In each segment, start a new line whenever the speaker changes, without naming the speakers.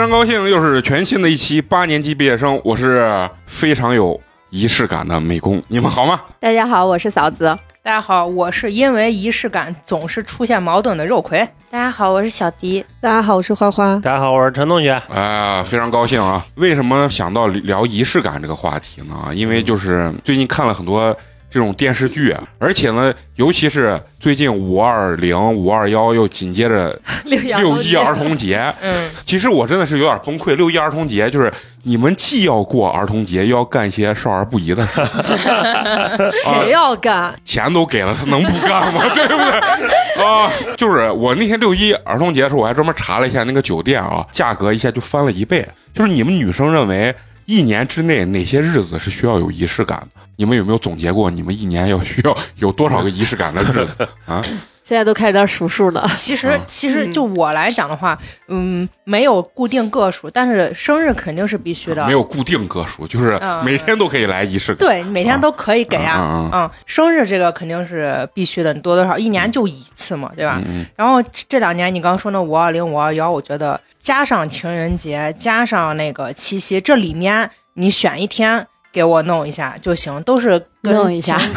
常高兴，又是全新的一期八年级毕业生，我是非常有仪式感的美工，你们好吗？
大家好，我是嫂子。
大家好，我是因为仪式感总是出现矛盾的肉葵。
大家好，我是小迪。
大家好，我是花花。
大家好，我是陈同学。
哎、非常高兴啊！为什么想到聊仪式感这个话题呢？因为就是最近看了很多这种电视剧，啊而且呢，尤其是最近五二零、五二幺，又紧接着
六一
六一儿童节，
嗯，
其实我真的是有点崩溃。六一儿童节就是你们既要过儿童节，又要干一些少儿不宜的事，
呃
谁要干？
钱都给了，他能不干 吗？对不对？啊，就是我那天六一儿童节的时候，我还专门查了一下那个酒店啊，价格一下就翻了一倍。就是你们女生认为一年之内哪些日子是需要有仪式感的？你们有没有总结过你们一年要需要有多少个仪式感的日 子啊？
现在都开始在数数
哎
了。
其实、
啊
其实就我来讲的话，嗯，没有固定个数，但是生日肯定是必须的。
啊没有固定个数，就是
嗯
每天都可以来仪式感。
对，每天都可以给啊。
嗯嗯
嗯，生日这个肯定是必须的，你多多少一年就一次嘛，对吧？
嗯，
然后这两年你刚说那五二零、五二幺，我觉得加上情人节，加上那个七夕，这里面你选一天给我弄一下就行，都是跟
弄一下
情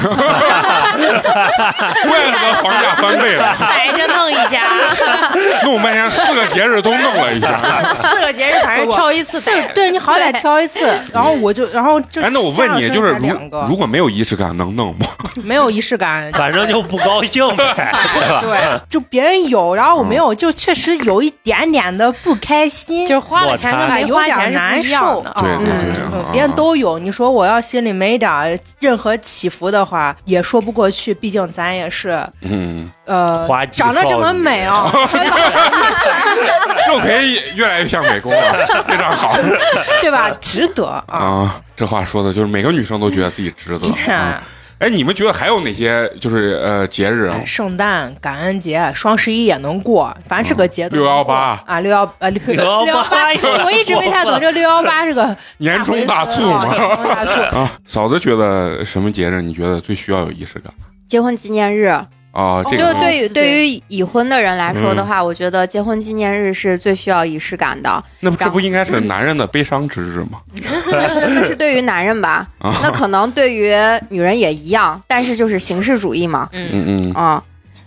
怪不得房价翻倍 了，
逮着弄一 下，
弄半天四个节日都弄了一 下。
四个节日反正挑一次
是
逮着。
对你好歹挑一次，
嗯
然后我就，然后就
哎，那我问你，
加上
就是
剩
如
下两个
如果没有仪式感，能弄吗？
没有仪 式感，
反正就不高兴呗，对吧？
对，就别人有，然后我没有，就确实有一点点的不开心，哎
就是花了钱跟没
有
花
点
钱是
难
不一
受
样的。。
对
嗯
对对
嗯
啊
别人都有，你说我要心里没点儿任何起伏的话，也说不过去。毕竟咱也是
嗯，
呃
花，季
长得这么美 啊，
肉培越来越像美工 了，非常好
对吧？
嗯
值得啊！
啊！这话说的就是每个女生都觉得自己值得。啊哎，你们觉得还有哪些就是呃节日？
哎圣诞、感恩节、双十一也能过，反正这个
嗯
节都能过
618
啊，六幺呃六
幺八
我一直没太 懂这六幺八这个
年终大促
回
嘛。
声啊年终大促。
啊，嫂子觉得什么节日你觉得最需要有仪式感
结婚纪念日，
啊？
哦
这
就
个
是对嗯于
对
对于已婚的人来说的话，我觉得结婚纪念日是最需要仪式感的。
那不这不应该
嗯
是男人的悲伤之日吗？
那是哦对于男人吧，
啊
那可能对于女人也一样， 但是就是形式主义嘛。
嗯，
嗯
哦
嗯
啊，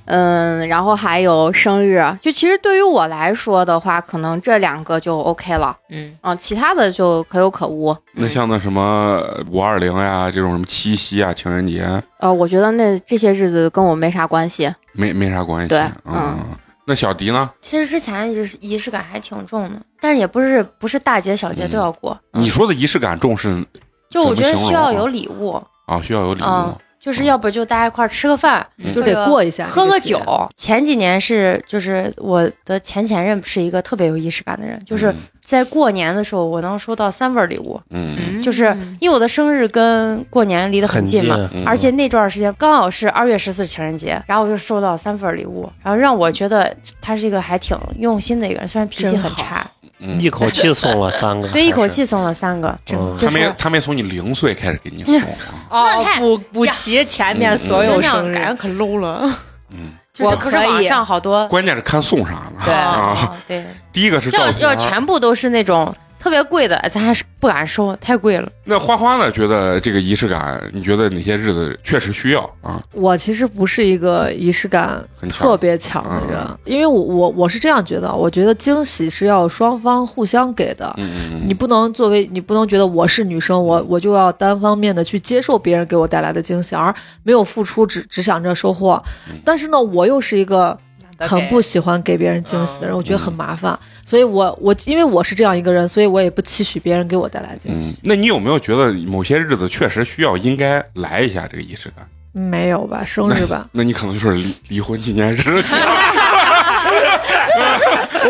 嗯，然后还有生日，就其实对于我来说的话，可能这两个就 OK 了，
嗯，
嗯，其他的就可有可无。嗯
那像那什么五二零呀，这种什么七夕啊、情人节，
呃，我觉得那这些日子跟我没啥关系。
没没啥关系。
对
嗯。那小迪呢？
其实之前仪式仪式感还挺重的，但是也不是不是大节小节都要过，
嗯你说的仪式感重视
嗯就我觉
怎
得
么形容
需要
啊
有礼物，
啊，需要有礼
嗯
物。
就是要不就大家一块儿吃个饭，
嗯
就得过一下，
喝
这
个
个
酒
节。
前几年是就是我的前前任是一个特别有仪式感的人，就是
嗯
在过年的时候我能收到三份礼物，
嗯
就是因为我的生日跟过年离得很近嘛，
很
嗯
而且那段时间刚好是二月十四情人节，然后我就收到三份礼物，然后让我觉得他是一个还挺用心的一个人，虽然脾气
真
很
好
差，
嗯
一口气送了三个，
嗯 对，一口气送了三个，
真好
就
他
是
没他没从你零岁开始给你送啊，
哦
那太
补补齐前面所有生日，
可 low 了。
嗯，
就是
我
可是
可以
网上好多
关键是看送啥呢。
对
啊，
对，
第一个是
这
照
样
片
要
儿，
全部都是那种特别贵的，哎咱还是不敢收，太贵了。
那花花呢？觉得这个仪式感，你觉得哪些日子确实需要啊？
我其实不是一个仪式感
很强
特别强的人，
嗯
因为我我我是这样觉得，我觉得惊喜是要双方互相给的。
嗯
你不能作为你不能觉得我是女生，我我就要单方面的去接受别人给我带来的惊喜，而没有付出，只只想着收获。但是呢，我又是一个很不喜欢给别人惊喜的人，我觉得很麻烦。所以我我因为我是这样一个人，所以我也不期许别人给我带来惊
嗯
喜，，
那你有没有觉得某些日子确实需要应该来一下这个仪式感？
没有吧，生日吧。
那你可能就是离离婚纪念日，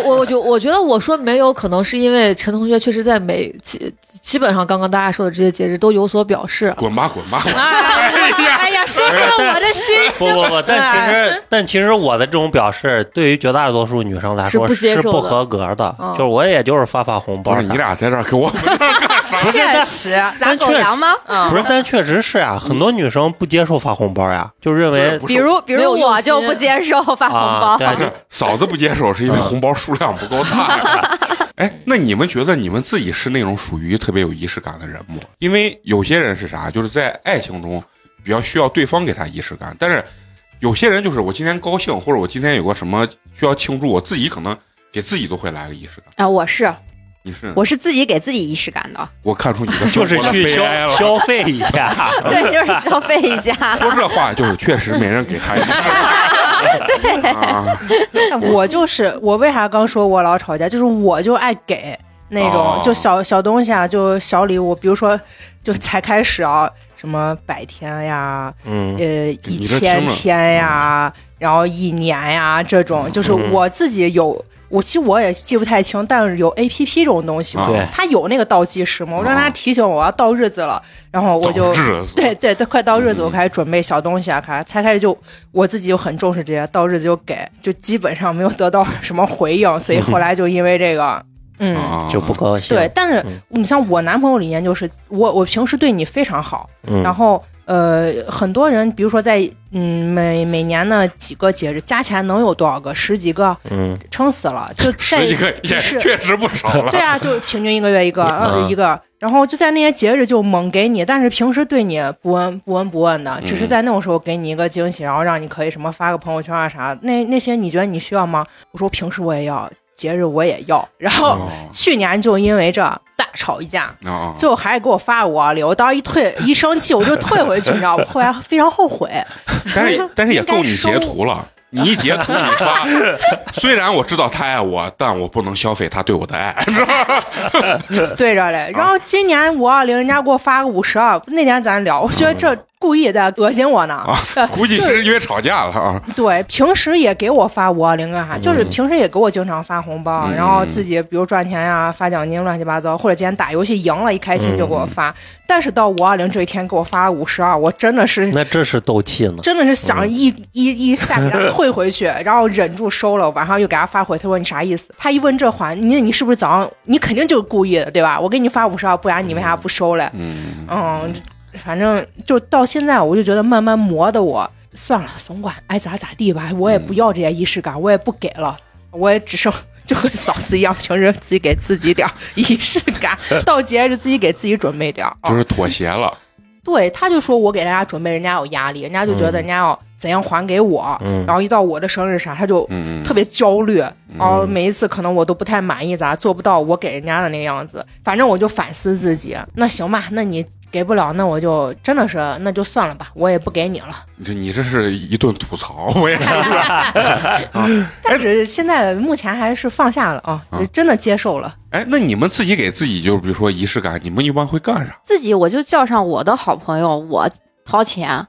我我我觉我觉得我说没有，可能是因为陈同学确实在每基基本上刚刚大家说的这些节日都有所表示。啊
滚吧滚吧！
哎呀，哎呀，说出了我的心
不
声。
不不，但其实但其实我的这种表示，对于绝大多数女生来说
是不接
是
受的
不合格的
嗯，
就是我也就是发发红包
不
的。
是你俩在这儿给我，
确实，
撒狗粮吗？
不是，但确实是啊，很多女生不接受发红包呀，就认为
不是
比如比
没
如
有用
我
心
就不接受发红
啊，
包，
对，
嫂子不接受是因为红包数量不够大。 哎，那你们觉得你们自己是那种属于特别有仪式感的人吗？因为有些人是啥，就是在爱情中比较需要对方给他仪式感，但是有些人就是我今天高兴，或者我今天有个什么需要庆祝，我自己可能给自己都会来个仪式感。
啊，我是
你是
我是自己给自己仪式感的，
我看出你 的生
就
活
是
的
去
悲
消
哀了。
消费一下，
对，就是消费一 下。
说这话就是确实没人给他仪式感。 啊，
我就是我为啥刚说我老吵架，就是我就爱给那种、
哦
就小小东西啊，就小礼物，比如说就才开始啊，什么百天呀，
嗯，
呃，
你
一
这
千
听嗯着
天呀，然后一年呀，这种就是
嗯
我自己有。我其实我也记不太清，但是有 A P P 这种东西嘛，
对
它有那个倒计时嘛，我让它
啊哦
提醒我要到日子了，然后我就
导致了
对对，都快到日子，
嗯
我开始准备小东西啊，开始才开始就我自己就很重视这些，到日子就给，就基本上没有得到 什么回应，所以后来就因为这个，嗯，
啊
就不高兴。
对。，但是
嗯
你像我男朋友理念就是，我我平时对你非常好，
嗯、
然后呃，很多人比如说在嗯每每年呢几个节日加起来能有多少个？十几个，
嗯，
撑死了，就在
十一个也
是
确实不少了。
对啊，就平均一个月一个，呃，
嗯
一个，然后就在那些节日就猛给你，但是平时对你不闻不闻不问的，只是在那种时候给你一个惊喜，然后让你可以什么发个朋友圈啊啥，那那些你觉得你需要吗？我说平时我也要，节日我也要，然后
哦
去年就因为这大吵一架。
啊，
最后还是给我发五二零，我当时一退一生气我就退回去，你知道吗？后来非常后悔，
但是但是也
应该
够你
收
截图了。你一截图你发，虽然我知道他爱我，但我不能消费他对我的爱。
对着嘞。然后今年五二零人家给我发个五十二，那天咱聊，我觉得这故意在恶心我呢。
估计是因为吵架了啊。
对，平时也给我发五二零干啥？就是平时也给我经常发红包，
嗯
然后自己比如赚钱呀、发奖金乱七八糟，或者今天打游戏赢了，一开心就给我发。但是到五二零这一天给我发五十二，我真的是。
那这是斗气呢。
真的是想一、一一下给他退回去，然后忍住收了，晚上又给他发回，他说你啥意思？他一问这还你，你是不是早上你肯定就是故意的，对吧？我给你发五十二，不然你为啥不收嘞？
嗯，
嗯，反正就到现在，我就觉得慢慢磨的我，算了，怂管，爱咋咋地吧，我也
嗯
不要这些仪式感，我也不给了，我也只剩。就跟嫂子一样，平时自己给自己点儿仪式感， 到节日自己给自己准备点儿。
就
啊
是妥协了。
对，他就说我给大家准备，人家有压力，人家就觉得
嗯
人家要怎样还给我，
嗯
然后一到我的生日啥，他就
嗯，
特别焦虑，
嗯
然后每一次可能我都不太满意，咋做不到我给人家的那个样子。反正我就反思自己，那行吧，那你给不了，那我就真的是那就算了吧，我也不给你了。
你这嗯你这是一顿吐槽，我也是。
哎
但是现在目前还是放下了啊，
啊
真的接受了。
哎，那你们自己给自己，就比如说仪式感，你们一般会干啥？
自己我就叫上我的好朋友，我掏钱，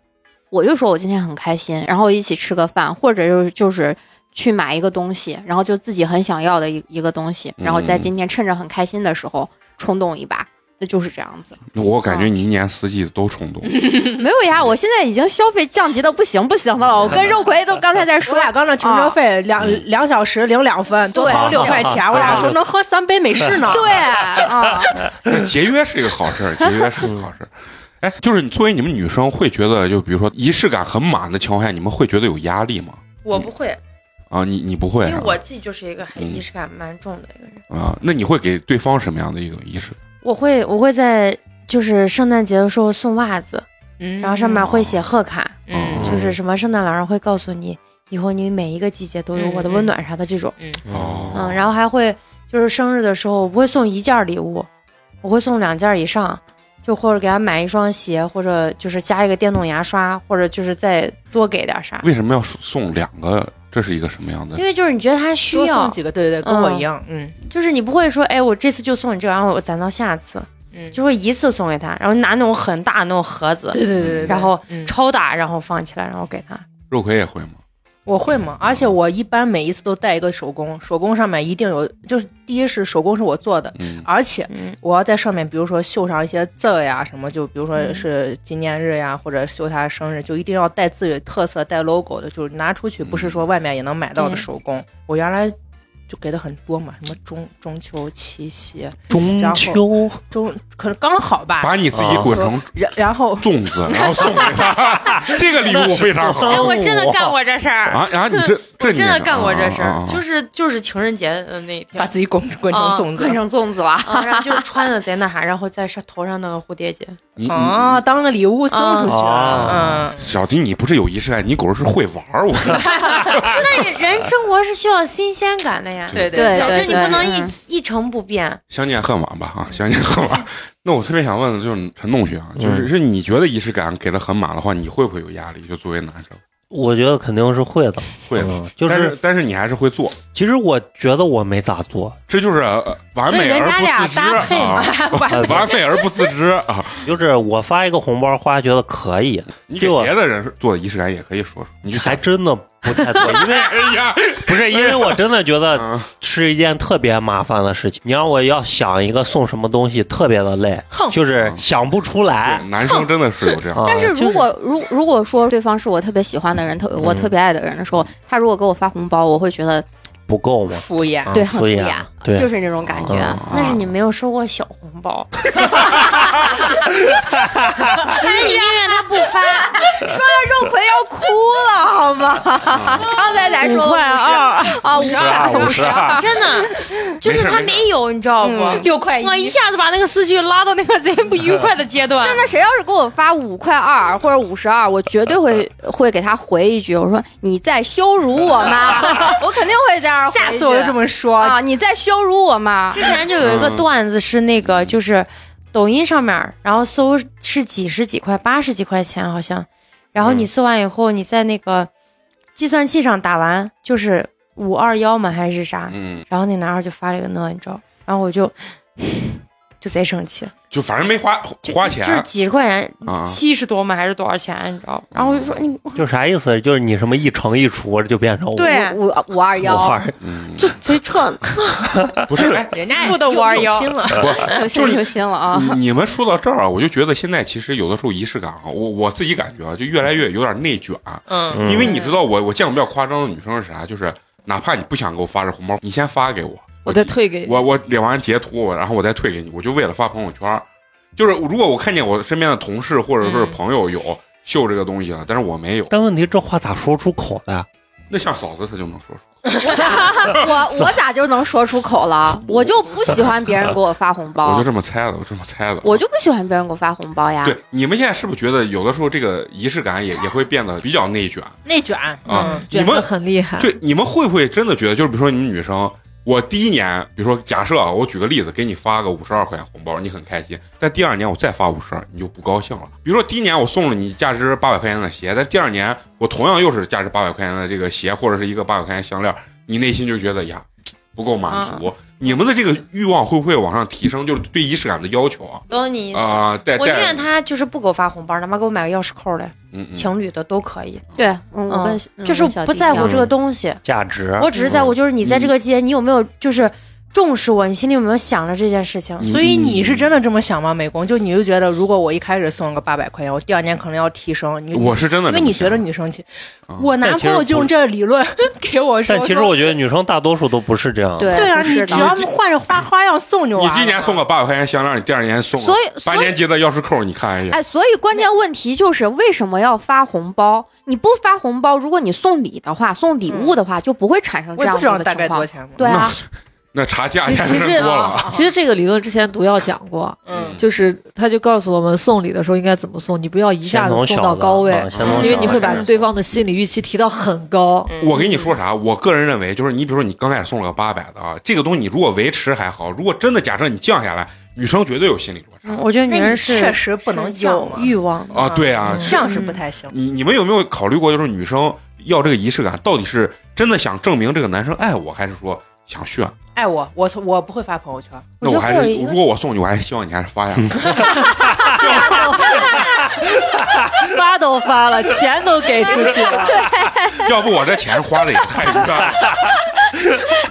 我就说我今天很开心，然后一起吃个饭，或者就是就是去买一个东西，然后就自己很想要的一一个东西，然后在今天趁着很开心的时候冲动一把。那就是这样子，
我感觉你一年四季都冲动。
没有呀！我现在已经消费降级的不行不行的了。我跟肉葵都刚才在
我
说，
俩刚那停
啊
车费两
嗯
两小时零两分，多
对
掏六块钱，我俩说能喝三杯美式呢。
对啊，
那节约是一个好事儿，节约是一个好事儿。哎，就是你作为你们女生会觉得，就比如说仪式感很满的情况下，你们会觉得有压力吗？
我不会，
啊，你你不会、
嗯
啊？
因为
哎
我自己就是一个
嗯
很仪式感蛮重的一个人。
啊，那你会给对方什么样的一种仪式？
我会我会在就是圣诞节的时候送袜子，
嗯
然后上面会写贺卡，
嗯
就是什么圣诞老人会告诉你，以后你每一个季节都有我的温暖啥的这种。
哦，
嗯，然后还会就是生日的时候，我不会送一件礼物，我会送两件以上，就或者给他买一双鞋，或者就是加一个电动牙刷，或者就是再多给点啥。
为什么要送两个？这是一个什么样的
因？为就是你觉得他需
多送
要，
几个，对对对，跟我一样，嗯
就是你不会说，哎，我这次就送你这个，然后我攒到下次，
嗯，
就会一次送给他，然后拿那种很大的那种盒子，
对对对对，对
然后
嗯
超大，然后放起来，然后给他。嗯
肉葵也会吗？
我会嘛，而且我一般每一次都带一个手工，手工上面一定有，就是第一是手工是我做的，
嗯，
而且
嗯
我要在上面，比如说绣上一些字儿呀什么，就比如说是纪念日呀，或者绣他生日，就一定要带嗯自己的特色、带 logo 的，就是拿出去，不是说外面也能买到的手工。我原来就给的很多嘛，什么中中秋七夕，
中
然后
秋
中可能刚好吧。
把你自己
啊
滚成
然然后
粽子，然后送给他， 这个礼物非常
哎，
好
我真的干过这事儿，
啊！然后你这这
我
你
真的干过这事
啊啊
儿
啊，
就是就是情人节的那一
把
天，
自己滚滚成
啊
粽子
滚，成粽子了。
啊然后就是穿的贼那啥，然后在上头上那个蝴蝶 结，
你你
啊，当个礼物送出去
啊
嗯
了，
小迪，你不是有仪式感，你狗是会玩儿，我跟你说
但哎人生活是需要新鲜感的呀，
对对
就
对，
你不能一
嗯
一成不变。
相见恨晚吧啊，相见恨晚。 那我特别想问的就是陈同学啊，
嗯
就是是你觉得仪式感给的很满的话，你会不会有压力？就作为男生，
我觉得肯定是会的，
会的。
嗯就
但
是
是但是你还是会做，
其实我觉得我没咋做，
这就是呃完
所以
美
人
而
家
不
俩
自知
搭配嘛
啊，，
完美
完美而不自知啊！
哎就是我发一个红包花，觉得可以，
你给
对我
别的人做的仪式感也可以说说，你就
还真的不太 多，因为
哎呀，
不是因为我真的觉得
嗯
是一件特别麻烦的事情。你让我要想一个送什么东西，特别的累，就是
嗯
想不出来
对。男生真的是有这样
啊
但是如果如如果说对方是我特别喜欢的人，特我
嗯
特别爱的人的时候，他如果给我发红包，我会觉得
不够嘛，
敷衍
啊
对很敷
所以
衍
啊，对，
就是那种感觉。
啊
那是你没有收过小红 包，但哎是你宁愿他不发，
肉葵要哭了，好吗？刚才咱说
五块哦二
啊，五十
二
五
啊五十二
真的就是他没有，你知道不？
六块
我一下子把那个思绪拉到那个贼不愉快的阶段，
真的，谁要是给我发五块二或者五十二，我绝对会
啊
会给他回一句，我说你在羞辱我吗？ 我肯定会这样回一
下
句。
次我就这么说，
啊，你在羞辱我吗
之？前就有
嗯
一个段子是那个，就是抖音上面，然后搜是几十几块、八十几块钱好像，然后你搜完以后，你在那个计算器上打完就是五二幺嘛还是啥，
嗯，
然后那男孩就发了一个那，你知道，然后我就 就贼生气，
就反正没花
就
花
就就是
钱
几十块钱，
啊，嗯
七十多嘛还是多少钱，你知道吗？然后我就说你
就啥意思？就是你什么一乘一除就变成五
对
五五五二
五
幺，
二，
嗯，
就 贼蠢，
不 是哎，
人家
不得五二幺
有心了，
不就是
有心有心了啊！
你你们说到这儿啊，我就觉得现在其实有的时候仪式感啊，我我自己感觉啊，就越来越有点内卷，啊
嗯，
嗯
因为你知道我我见过比较夸张的女生是啥，就是哪怕你不想给我发这红包，你先发给我，
我再退给你。
我我领完截图，然后我再退给你，我就为了发朋友圈。就是如果我看见我身边的同事或者说是朋友有秀这个东西了，但是我没有，
但问题这话咋说出口的？
那像嫂子她就能说出。
我咋我我咋就能说出口了？我就不喜欢别人给我发红
我
包
就，这么猜的，我这么猜的。
哦
啊
我就不喜欢别人给我发红包呀。
对你们现在是不是觉得有的时候这个仪式感也也会变得比较内卷？
内卷，
啊
嗯，
你
卷
们
得很厉害，
对，你们会不会真的觉得，就是比如说你们女生，我第一年，比如说假设啊，我举个例子，给你发个五十二块钱红包，你很开心，但第二年我再发五十二，你就不高兴了。比如说第一年我送了你价值八百块钱的鞋，但第二年我同样又是价值八百块钱的这个鞋或者是一个八百块钱项链，你内心就觉得哎呀不够满足。
嗯
你们的这个欲望会不会往上提升？就是对仪式感的要求啊
懂你意思。
啊，带
我宁
带
愿他就是不给我发红包，他妈给我买个钥匙扣的，
嗯嗯
情侣的都可以。
对，嗯，我跟嗯
就是
我跟小
不
弟
在
一样
乎这个东西，
价值
我只是在乎就是你在这个界，你有没有就是重视我，你心里有没有想着这件事情？
嗯
所以你是真的这么想吗？美工，就你就觉得，如果我一开始送了个八百块钱，我第二年可能要提升，你
我是 真的这么
因
想，
为你觉得女生去
啊，
我男朋友就用这理论给我说，
但其实我觉得女生大多数都不是这样。
对
对啊，
不是
你
的
只要换着花花样送就完
你
了。
今年送个八百块钱项链，你第二年送
所以
个
所
八
以
年级的钥匙扣，你看一眼。
哎，所以关键问题就是为什么要发红包？你不发红包，如果你送礼的话，送礼物的话，就不会产生
我
这
也不
样
知道
子
大
的
概
情
多少
况。
钱嘛。
对啊，
那查价
其
钱是
其实
多
啊
了，啊
嗯
其实这个理论之前毒药讲过，
嗯，
就是他就告诉我们送礼的时候应该怎么送，你不要一
先
下子
从
送
小
到
的
高位，
啊先从
因为
小
你
的
会
开
把
始
对方的心理预期提到很 高。
嗯
我跟你说啥？我个人认为，就是你比如说你刚开始送了个八百的啊，这个东西你如果维持还好，如果真的假设你降下来，女生绝对有心理落差
嗯我觉得女
那
人
你
是
确实不能
是
降
有
嘛
欲望的，
啊。对啊，
嗯
是
这样是不太行。
你你们有没有考虑过，就是女生要这个仪式感，到底是真的想证明这个男生爱我，还是说想炫？
爱我，我从我不会发朋友圈，
那我还
我觉得会
是
有一个
如果我送你，我还希望你还是发呀。
发都发了，钱都给出去 了，
要不我这钱花的也太愚蠢了。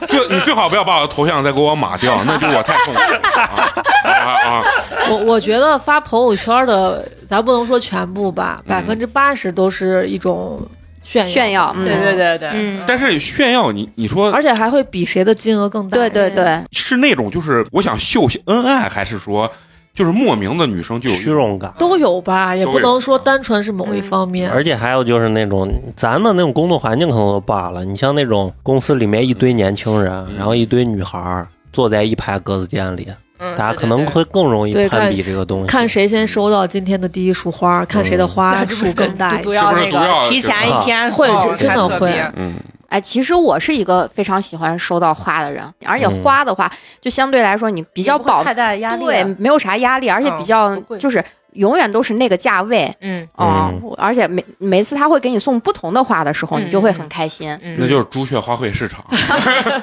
就你最好不要把我的头像再给我码掉，那就我太痛苦了啊啊啊！
我我觉得发朋友圈的，咱不能说全部吧，百分之八十都是一种炫耀
炫耀嗯
对对对对，
嗯
但是炫耀你，你说
啊
而且还会比谁的金额更大。
对对对，
是那种就是我想秀恩爱，还是说就是莫名的女生就有一
虚荣感。
都有吧，也
都
不
有嗯
能说单纯是某一方面。
而且还有就是那种咱的那种工作环境可能都罢了，你像那种公司里面一堆年轻人，
嗯
然后一堆女孩儿坐在一排格子间里，
嗯
大家
对对
可能
对
会更容易
对
攀
看
比这个东西。
看谁先收到今天的第一束
嗯
花，看谁的花树更大
毒
一
毒
些。
药
是不
那
是毒药
个提前一天
会
啊
送
真的
还特别
会
嗯
哎，其实我是一个非常喜欢收到花的人，而且
嗯
花的话，就相对来说你比
比
较保
太大的压力啊
对，
了，
没有啥压力，而且比
嗯
较
不贵
就是永远都是那个价位。
嗯
哦
嗯，
而且每每次他会给你送不同的花的时候，
嗯
你就会很开心。
嗯，
那就是猪血花卉市场，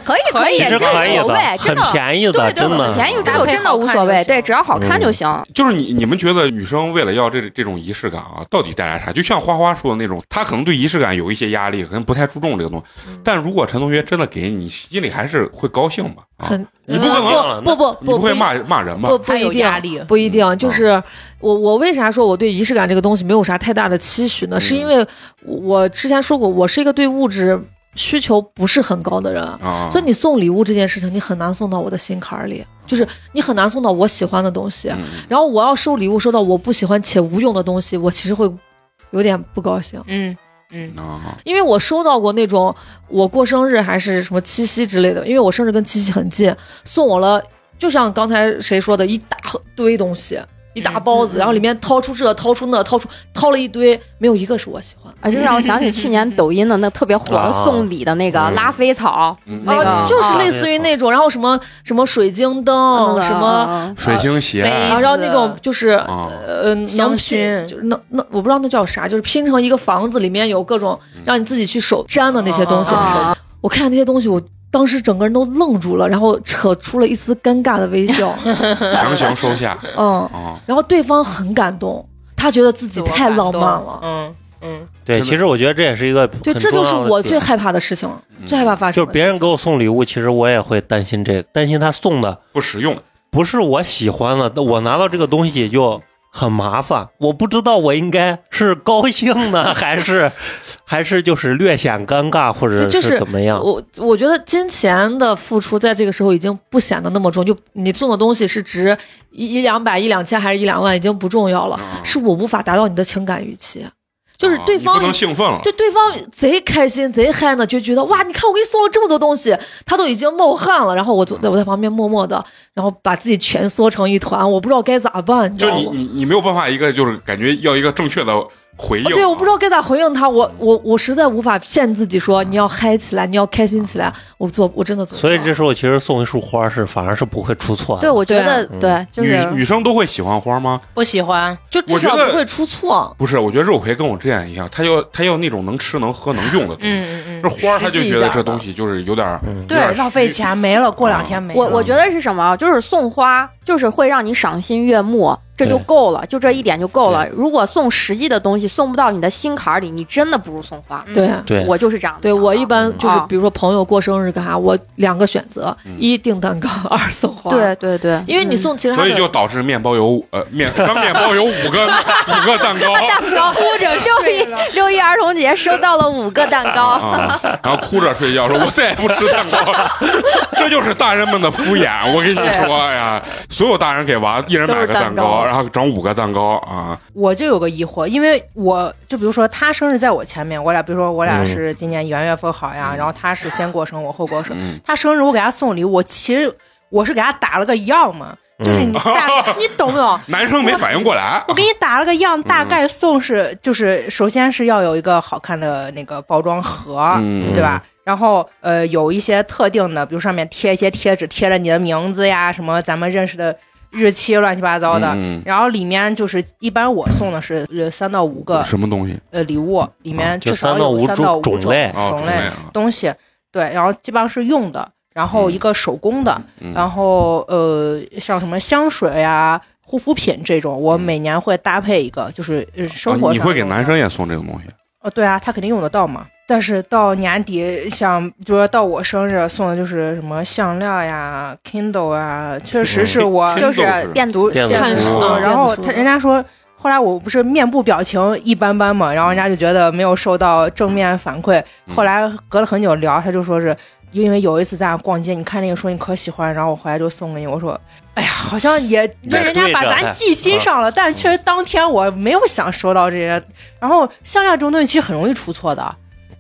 可以
可以
以，
其
这
实可以
无所
的
谓，，真
很
的，
便宜的，
对对，
真的
很便宜，这
嗯搭
个
配
真的
好
无
看
所
就
谓，
行
对，只要好看就
嗯
行。
就是你你们觉得女生为了要这这种仪式感啊，到底带来啥？就像花花说的那种，她可能对仪式感有一些压力，可能不太注重这个东西。但如果陈同学真的给你，心里还是会高兴吧？啊，
很
你
呃
不可能
不不
你
不
不会
一
骂骂人吧？嗯
不不
还
一
有
定
压力
不一定。就是我我为啥说我对仪式感这个东西没有啥太大的期许呢？
嗯
是因为我我之前说过，我是一个对物质需求不是很高的人，
啊，
所以你送礼物这件事情，你很难送到我的心坎儿里，就是你很难送到我喜欢的东西。
嗯
然后我要收礼物，收到我不喜欢且无用的东西，我其实会有点不高兴，
嗯
啊，
因为我收到过那种我过生日还是什么七夕之类的，因为我生日跟七夕很近，送我了，就像刚才谁说的，一大 堆东西。一大包
嗯
子，
嗯
然后里面掏出这，掏出那，掏出掏了一堆，没有一个是我喜欢的。
啊，就让我想起去 年抖音的那特别火的
啊
送礼的那个
嗯
拉菲草，
嗯
那个
啊，就是类似于那种，然后什么什么水晶
啊
灯，哦什么，
么
水晶鞋
杯
啊，
啊
然后那种就是
啊
呃，能
香
拼
薰
就是能能，我不知道那叫啥，就是拼成一个房子，里面有各种
嗯
让你自己去手粘的那些东西。
哦
啊啊
啊，
我看那些东西，我当时整个人都愣住了，然后扯出了一丝尴尬的微 笑。
强行收 下
嗯，
啊，
然后对方很感动，他觉得自己太浪漫了。
嗯嗯，
对，
真的
其实我觉得这也是一个
对，
很
这
重
就是
要的
我
点
最害怕的事情，
嗯
最害怕发生
就
的事情。
是别人给我送礼物，其实我也会担心这个，担心他送的
不实用，
不是我喜欢的，我拿到这个东西就很麻烦，我不知道我应该是高 兴呢，还是还是就是略显尴尬，或者
对就是
怎么样？
我我觉得金钱的付出在这个时候已经不显得那么重，就你送的东西是值一一两百、一两千还是一两万已经不重要了，
啊
是我无法达到你的情感预期，就是对
啊你
方
不能兴奋了，
对对方贼开心贼嗨呢，就觉得哇，你看我给你送了这么多东西，他都已经冒汗了，然后我坐在我在旁边默默的，然后把自己蜷缩成一团，我不知道该咋办，你知
就
道
你
吗？
你你没有办法一个就是感觉要一个正确的回应啊，
哦对，我不知道该咋回应他，我我我实在无法骗自己说你要嗨起来，你要开心起
啊
来，我做我真的做不到。
所以这时候其实送一束花是反而是不会出错的。
对，我觉
对啊
嗯
得对，就
女
是
女生都会喜欢花吗？
不喜欢，
就至少
我觉得
不会出错。
不是，我觉得肉葵跟我之前一样，她要她要那种能吃能喝能用的东西。
嗯嗯
这花儿她就觉得这
实际一点的
东西就是有点儿
嗯
有点
对，
虚
浪费钱没了，过两天没了，
我我觉得是什么？就是送花，就是会让你赏心悦目，这就
对
够了，就这一点就够了。如果送实际的东西送不到你的心坎儿里，你真的不如送花。
对。
对，
我就是这样的
对
想法。
我一般就是
嗯啊，
比如说朋友过生日干啥，我两个选择：一订蛋糕， 二送花。，
对嗯对对，
因为你送其他
所以就
的，
导致面包有五呃面，咱们面包有五个 五个蛋糕
然后哭着六一六一儿童节收到了五个蛋 糕，
啊，然后哭着睡觉说：“我再也不吃蛋糕了。” 这就是大人们的敷衍。我跟你说哎呀，所有大人给娃一人买个蛋
都是蛋
糕，
糕
然后整五个蛋糕啊，
我就有个疑惑，因为我就比如说他生日在我前面，我俩比如说我俩是今年元月份好呀，然后他是先过生，我后过生，
嗯
他生日我给他送礼，物，我其实我是给他打了个样嘛，
嗯
就是你大、你懂不懂？
男生没反应过来。
我给你打了个样，大概送是、就是首先是要有一个好看的那个包装盒，
嗯
对吧？然后呃有一些特定的，比如上面贴一些贴纸，贴了你的名字呀，什么咱们认识的日期，乱七八糟的。
嗯
然后里面就是一般我送的是呃三到五个
什么东西
呃礼物，里面
啊就
至
三
少
到五
有三到五
种
种嗯
类
啊？种
种
类
类
啊，
东西，对，然后基本上是用的，然后一个手工的，
嗯
然后呃像什么香水呀、护肤品这种，我每年会搭配一个，就是呃生活
啊
上、
你会给男生？也送这个东西？
呃，对啊，他肯定用得到嘛。但是到年底，像就是到我生日送的就是什么项链呀、Kindle 啊，确实是我
嗯
就
真
是
的是
电子
电子
看
书
书嗯
啊
然后他人家说后来我不是面部表情一般般嘛，然后人家就觉得没有受到正面反馈。
嗯
后来隔了很久聊，他就说是因为有一次咱俩逛街，你看那个说你可喜欢，然后我回来就送给你。我说，哎呀，好像也
也
被人家
对
把
着
咱
还
记心上了，但确实当天我没有想收到这些。然后项链这种东西其实很容易出错的，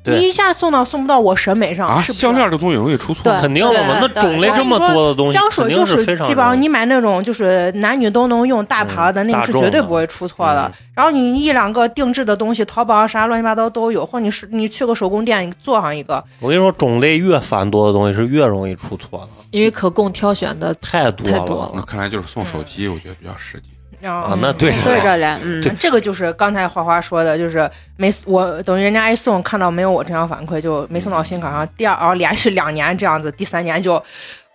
对
你一下送到送不到我审美上，
啊，
是不是
项链这东西容易出错
对，
肯定的嘛，那
对对
种类这么多的东西，
香水
肯
就
定是非常
基本上
容易
你买那种就是男女都能用大牌的，
嗯
那个是绝对不会出错的。
大众的
然后你一两个定制的东西，淘宝上啥乱七八糟都有，或者你是你去个手工店，你做上一个，
我跟你说，种类越繁多的东西是越容易出错的，啊
因为可供挑选的
太多
太多
了
那
了。
看来就是送手机，我觉得比较实际。
然后、
啊！那对上
对
了
着嘞，嗯
对，
这个就是刚才花花说的，就是没我等于人家一送看到没有我正常反馈，就没送到心坎上。第二，然后连续两年这样子，第三年就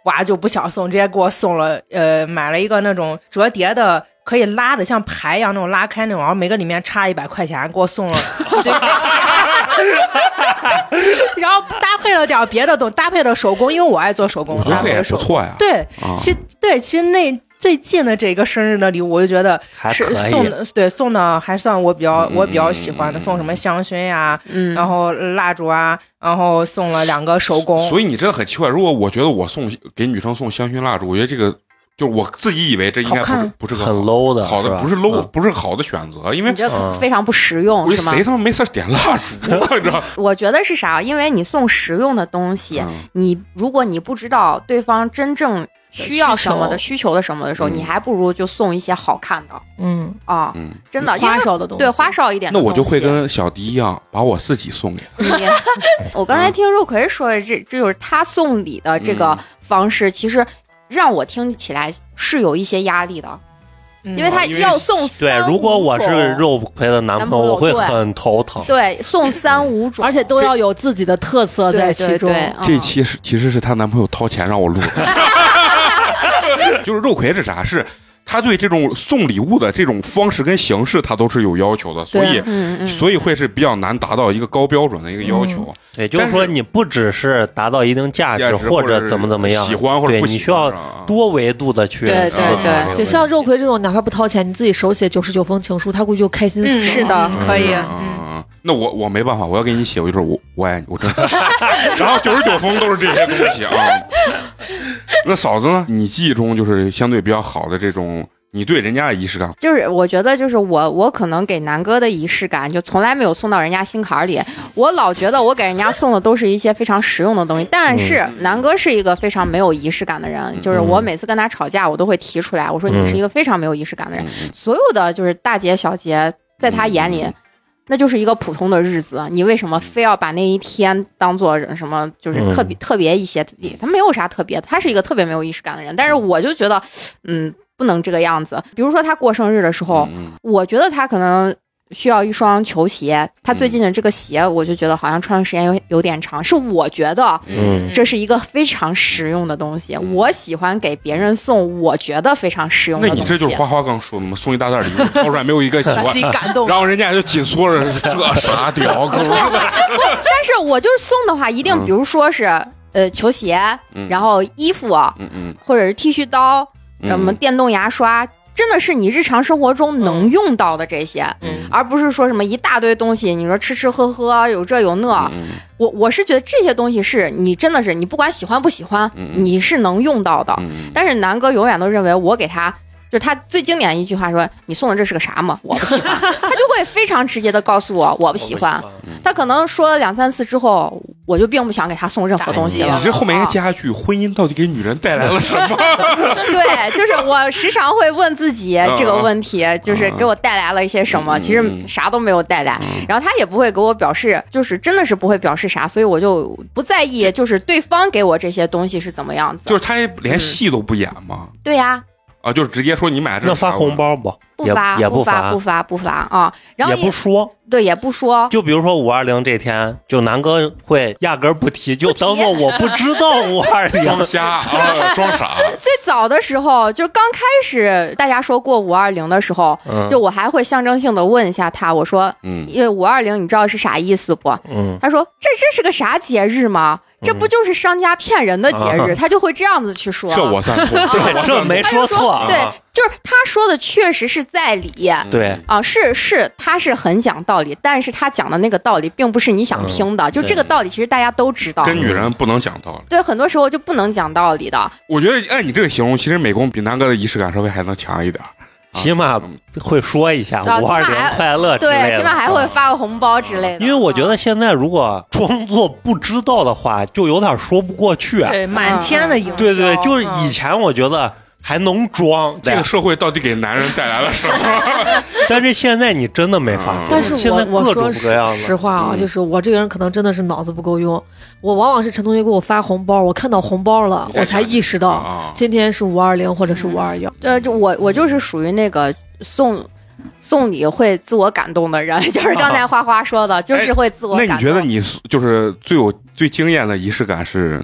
娃就不想送，直接给我送了呃买了一个那种折叠的。可以拉的像牌一样那种拉开那种，然后每个里面插一百块钱，给我送了一堆钱， 然后搭配了点别的东，搭配了手工，因为我爱做手工，
我觉
搭
得这
配
也
了手
不
工。
错呀。
嗯对，
啊，
其对，其实那最近的这个生日的礼物，我就觉得
还
是
可以
送的，对送的还算我比较
嗯
我比较喜欢的，
嗯
送什么香薰呀、
嗯，
然后蜡烛啊，然后送了两个手工，
所以你真的很奇怪。如果我觉得我送给女生送香薰蜡烛，我觉得这个就是我自己以为这应该不
好看
是不是个
很 low 的，
好的，
吧
不是 low，
嗯
不是好的选择，因为
你这
嗯
非常不实用
我
是吗？
谁他妈没事儿点蜡烛，啊你知道？
我觉得是啥？因为你送实用的东西，
嗯
你如果你不知道对方真正需要什么的、需求的什么的时候，
嗯
你还不如就送一些好看的
嗯，
啊，
嗯，
真的，因
花
为
哨的东西，
对花哨一点的
那
东西。
我就会跟小迪一样，把我自己送给他。
你， 我刚才听肉葵说的这，这就是他送礼的这个
嗯
方式，其实让我听起来是有一些压力的，
嗯
因为他
哦因为
要送
对，
三
如果我是
五种
肉葵的男朋
男朋
友，
友
我会
对
很头疼。
对送三五种，
而且都要有自己的特色
对
在
对
其中。
对
这
嗯
期是其实是她男朋友掏钱让我录的，就是肉葵是啥？是她对这种送礼物的这种方式跟形式，她都是有要求的，所以
嗯嗯，
所以会是比较难达到一个高标准的一个要求。
对，就是说
但是
你不只是达到一定价
价
值
值
或
者
者怎么怎么样，
喜欢或者
对
不
你
喜
需
欢
要
啊
多维度的去
对
对对
啊
对，像肉葵这种，哪怕不掏钱，你自己手写九十九封情书，他估计就开心死了。
嗯
是的
可以，
嗯嗯
嗯，
嗯那我我没办法，我要给你写，我就说我我爱你，我真的。 然后九十九封都是这些东西啊。那嫂子呢？你记忆中就是相对比较好的这种，你对人家的仪式感，
就是我觉得，就是我我可能给南哥的仪式感，就从来没有送到人家心坎儿里。我老觉得我给人家送的都是一些非常实用的东西，但是南哥是一个非常没有仪式感的人，就是我每次跟他吵架，我都会提出来，我说你是一个非常没有仪式
嗯
感的人，所有的就是大节小节，在他眼
嗯
里。那就是一个普通的日子，你为什么非要把那一天当做什么？就是特
嗯
别、特别一些，他没有啥特别，他是一个特别没有仪式感的人。但是我就觉得，嗯，不能这个样子。比如说他过生日的时候，
嗯，
我觉得他可能需要一双球鞋。他最近的这个鞋，
嗯
我就觉得好像穿的时间有有点长，是我觉得
嗯
这是一个非常实用的东西。
嗯
我喜欢给别人送，我觉得非常实用
那
的东
你
西。
这就是花花刚说的嘛，送一大袋礼物，掏出来没有一个喜欢
自。己感动。
然后人家就紧缩着，这傻屌哥们儿，
但是我就是送的话，一定
嗯
比如说是、呃球鞋，
嗯
然后衣服
嗯嗯，
或者是剃须刀，
嗯
什么电动牙刷，真的是你日常生活中能用到的这些。
嗯
而不是说什么一大堆东西，你说吃吃喝喝有这有那，
嗯
我我是觉得这些东西是你真的是你不管喜欢不喜欢，
嗯嗯
你是能用到的。
嗯，
但是南哥永远都认为我给他，就是他最经典一句话说：“你送的这是个啥嘛？我不 喜欢。”他就会非常直接的告诉我我不喜欢。嗯他可能说了两三次之后，我就并不想给他送任何东西
打击
了
你。这后面
啊嗯
应该加一句：婚姻到底给女人带来了什么？
对，就是我时常会问自己
嗯
这个问题，就是给我带来了一些什么？
嗯
其实啥都没有带来。然后他也不会给我表示，就是真的是不会表示啥，所以我就不在意，就是对方给我这些东西是怎么样子
就。是他也连戏都不演嘛，
对呀、
啊，就是直接说你买这
那发
啥
红，包不？
不
也
发
也
不
发
不，发不发啊！然后
也不说。
对也不说，
就比如说五二零这天，就南哥会压根儿不提，就
不提
当做我不 知道五二
我装
零。
瞎 啊，装傻，
最早的时候，就是刚开始大家说过五二零的时候，
嗯
就我还会象征性的问一下他，我说
嗯，
因为五二零你知道是啥意思不？
嗯，
他说这这是个啥节日吗？这不就是商家骗人的节日？他就会这样子去说。
这我赞同，这
对，
我
啊 这
赞同
没
他
说
就说
错啊。嗯
对，就是他说的确实是在理。
对，
啊，是是，他是很讲道理，但是他讲的那个道理并不是你
嗯
想听的，就这个道理其实大家都知道。
跟女人不能讲道理。
对，很多时候就不能讲道理的。
我觉得按你这个形容，其实美工比南哥的仪式感稍微还能强一点。
起码
嗯
会说一下
啊
五二零
起码还
快乐之类
对，
的，
起码还会
啊
发个红包之类的。
因为我觉得现在如果装作不知道的话，就有点说不过去。啊
对，满天的营销，
对对，就是
嗯
以前我觉得还能装，
这个
但
社会到底给男人带来了什 么？
但是现在你真的没法
嗯
装。
但是
现在
我
各
我
种
说
各样
实实
的，
话啊，
嗯
就是我这个人可能真的是脑子不够用，我往往是陈同学给我发红包，我看到红包了
你，在
我才
想
意识
哦
到
啊，
今天是五二零或者是五二幺。
对，嗯呃就我我就是属于那个送送礼会自我感动的人， 就是刚才花花说的，就是会自我
那
感动。
啊
你觉得你就是最有最惊艳的仪式感是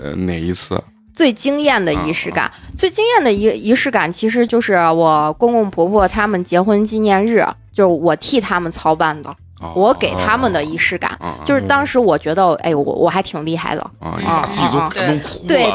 呃哪一次？
最惊艳的仪式
啊
感，最惊艳的仪仪式感其实就是我公公婆婆他们结婚纪念日，就是我替他们操办的，
啊
我给他们的仪式感。
啊啊
就是当时我觉得，哎，我我还挺厉害的，
啊
啊
啊，自己都
啊
感动哭了，
对对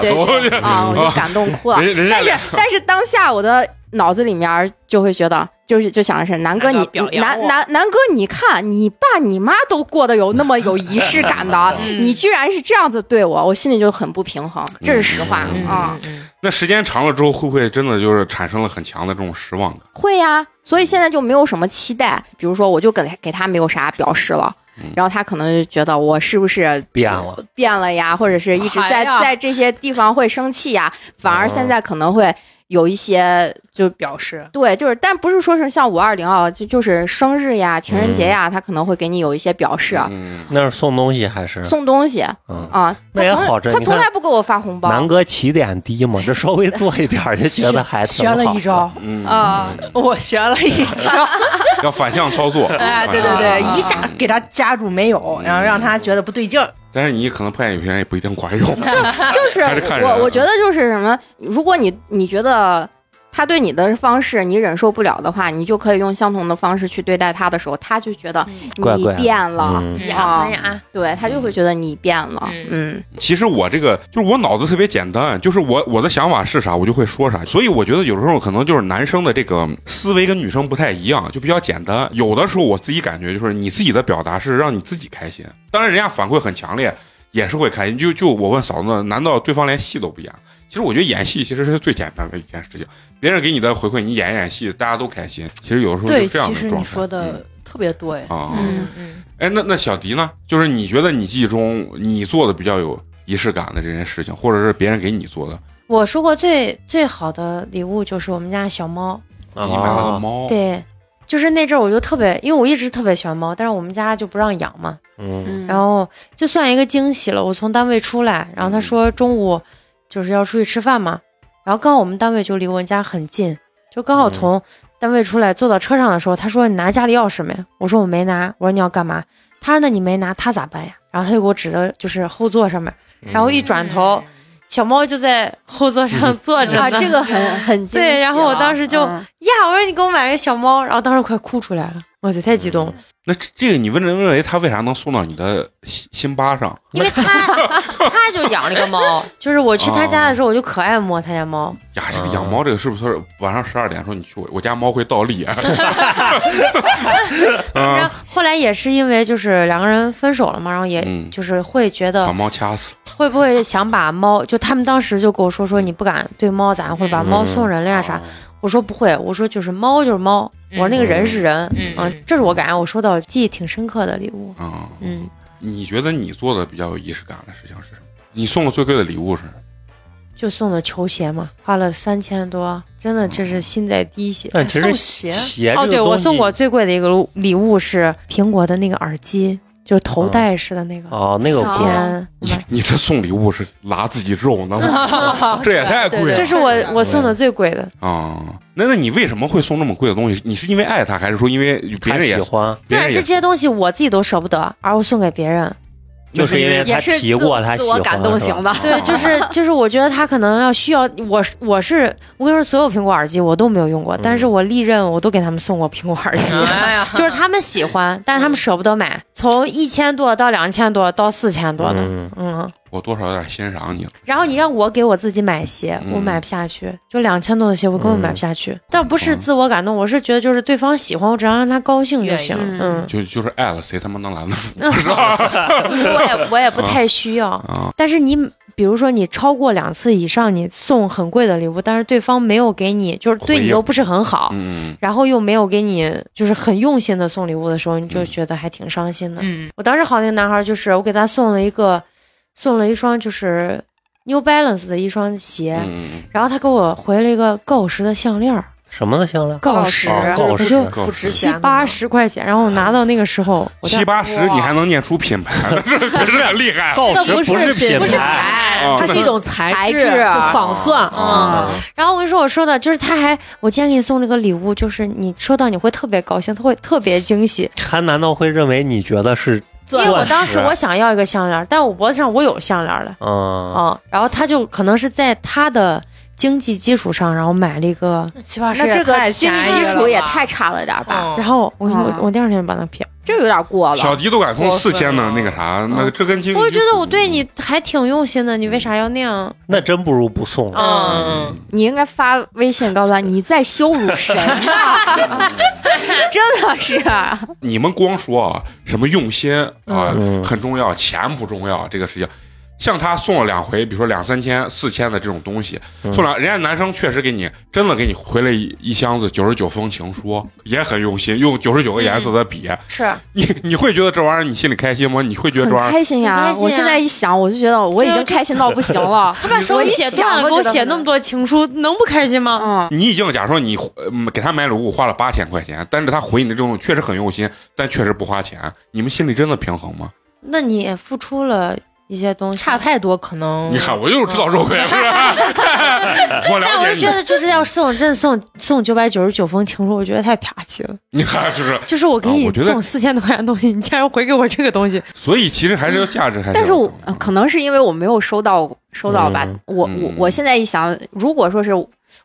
对
都
啊，我就感动哭了。
人人 家
但是但是当下我的脑子里面就会觉得，就是就想的是南哥
南哥
你
表扬
南
我，
南南哥你看你爸你妈都过得有那么有仪式感的
嗯
你居然是这样子对我，我心里就很不平衡，这是实话
嗯
啊。
嗯
那时间长了之后，会不会真的就是产生了很强的这种失望感？
会呀、所以现在就没有什么期待，比如说我就给他给他没有啥表示了。
嗯
然后他可能就觉得我是不是
变了
变了呀，或者是一直
哎
在
呀
在这些地方会生气呀，反
哦
而现在可能会有一些就
表示
对，就是，但不是说是像五二零啊，就就是生日呀、情人
嗯
节呀，他可能会给你有一些表示，啊
嗯，
那是送东西还是？
送东西
嗯，
啊。
那也
他从
好着
他
你
从
看
来不给我发红包
南哥起点低嘛，这稍微做一点儿就觉得还挺
学
好的
了一招，
嗯
啊，
我学了一招，
要反向操作。
哎，对对
啊啊啊
对，一下给他夹住没
嗯
有，然后让他觉得不对劲儿。
但是你可能发现有些人也不一定管 用。
就是
还是看人
啊
我我觉得就是什么，如果你你觉得他对你的方式你忍受不了的话，你就可以用相同的方式去对待他的时候，他就觉得
怪
你
怪的
变了，啊
嗯
嗯
哎
呀
啊
呀，
对他就会觉得你变了，嗯
其实我这个就是我脑子特别简单，就是我我的想法是啥，我就会说啥。所以我觉得有时候可能就是男生的这个思维跟女生不太一样，就比较简单。有的时候我自己感觉就是你自己的表达是让你自己开心，当然人家反馈很强烈，也是会开心。就就我问嫂子，难道对方连戏都不演？其实我觉得演戏其实是最简单的一件事情，别人给你的回馈，你演一演戏，大家都开心。其实有的时候
对，
是这样
其
的
实
状
你
态。
说的特别对
嗯，啊，
嗯
嗯，
哎，那那小迪呢？就是你觉得你记忆中你做的比较有仪式感的这件事情，或者是别人给你做的，
我收过最最好的礼物就是我们家小猫，
你买了个
啊，
猫，
对，就是那阵儿我就特别，因为我一直特别喜欢猫，但是我们家就不让养嘛，
嗯，
嗯，
然后就算一个惊喜了。我从单位出来，然后他说中午就是要出去吃饭嘛，然后刚好我们单位就离我们家很近，就刚好从单位出来坐到车上的时候，他说你拿家里钥匙没？我说我没拿，我说你要干嘛？他说那你没拿，他咋办呀？然后他就给我指的就是后座上面，
嗯
然后一转头，小猫就在后座上坐着
啊，
呢。
这个很很惊
对然后我
喜了
当时就
嗯
呀，我说你给我买个小猫，然后当时快哭出来了，我操，太激动了，
那这这个你问认为他为啥能送到你的心心巴上？
因为他嗯 他就养了一个猫， 就是我去他家的时候，我就可爱摸他家猫，
呀，这个
啊
养猫这个是不是晚上十二点说你去我我家猫会倒立？啊
然后后来也是因为就是两个人分手了嘛，然后也
嗯
就是会觉
把
得
猫掐死，
会不会想把猫，就他们当时就跟我说说你不敢对猫咋样，会把猫送人了
哦
呀啥
啊，
我说不会，我说就是猫就是猫，我说那个人是人，嗯，这是我感觉我收到记忆挺深刻的礼物，
啊？
嗯，
你觉得你做的比较有仪式感的事情是什么？你送的最贵的礼物是什么？
就送的球鞋嘛，花了三千多，真的这是心在滴血。
但其实
送鞋
鞋
哦，
这个
对我
东西
送过最贵的一个礼物礼物是苹果的那个耳机，就是头戴式的那个，
哦，那个
四
贵
千
你你这送礼物是拉自己肉呢 吗？这也太贵了
这是我我送的最贵的。
啊！那那你为什么会送那么贵的东西？你是因为爱他，还是说因为别
他
人也
喜欢，
别
但
人
是
也
这些东西我自己都舍不得，而我送给别人，
就是因为他
也是
提
自
过他
自
喜
我
欢，
感动型 的，
对，就是就是，我觉得他可能要需要我是，我是我跟你说，所有苹果耳机我都没有用过，但是我历任我都给他们送过苹果耳 机，
哎呀
就是他们喜欢，但是他们舍不得买，从一千多到两千多到四千多的，
嗯
嗯，
我多少有点欣赏你了。
然后你让我给我自己买鞋，
嗯
我买不下去，就两千多的鞋我根本
嗯
买不下去。但不是自我感动，我是觉得就是对方喜欢，我只要让他高兴就行。
愿意
嗯，
就就是爱了，谁他妈能拦得住
我也我也 不太需要。
啊？
但是你比如说你超过两次以上，你送很贵的礼物，但是对方没有给你，就是对
回
你
应
又不是很好，
嗯，
然后又没有给你就是很用心的送礼物的时候，你就觉得还挺伤心的。
嗯，
我当时好那个男孩就是我给他送了一个，送了一双就是 New Balance 的一双鞋，
嗯
然后他给我回了一个锆石的项链儿，
什么的项链？
锆
石
石，
哦
锆
我
石
就
够
不值
七
钱的嘛
八十块钱，然后我拿到那个时候，我
七
在
八十你还能念出品牌， 这这这很厉害。
锆
那
石
不
是嗯
品
品
哦不是哦
牌，
牌，
啊
它是一种材
材
质，
质
就仿钻。
啊
嗯，
然后我跟你说，我收到就是他还，我今天给你送了个礼物，就是你收到你会特别高兴，他会特别惊喜。
他难道会认为你觉得是
因为
钻
我
石
当时我想要一个项链，但我脖子上我有项链了，
嗯？
嗯，然后他就可能是在他的经济基础上，然后买了一个，
七八十
那这个
也太
经
便
济
宜
基
了
础也
吧
太差了点儿吧？
嗯
然后我跟你说，
嗯
我我第二天就把它撇了。
这有点过
小
了。
迪都敢送
过
四
分
千的
了
那个啥，那个这跟经济
嗯我觉得我对
嗯
你还挺用心的，你为啥要那样？
那真不如不送了。
嗯，
你应该发微信告诉他，你在羞辱谁呢？ 真的是，啊
你们光说啊，什么用心啊、
嗯
很重要，钱不重要，这个事情。像他送了两回，比如说两三千、四千的这种东西，
嗯
送了人家男生确实给你真的给你回了一一箱子九十九封情书，也很用心，用九十九个颜色的笔，
是
你你会觉得这玩意儿你心里开心吗？你会觉得
嗯很
这玩意儿
开心呀
很开！心啊
我现在一想，我就觉得我已经开心到不行了。
他把手
我一
写
想
断了，
都
给我
觉得
写
很
那么多情书，能不开心吗？
嗯，
你已经假如说你嗯给他买礼物花了八千块钱，但是他回你的这种确实很用心，但确实不花钱，你们心里真的平衡吗？
那你也付出了一些东西，
差太多，可能
你看我就是知道肉桂，不是我
但
了
我
解
就
你。
觉得，就是要送，真的送送九百九十九封情书，我觉得太啪气了。
你看，就是，
就是我给
啊
你
我觉得
送四千多块钱的东西，你竟然回给我这个东西，
所以其实还是有价值，还是有
但是我
用的
呃可能是因为我没有收到收到吧，
嗯
我我我现在一想，如果说是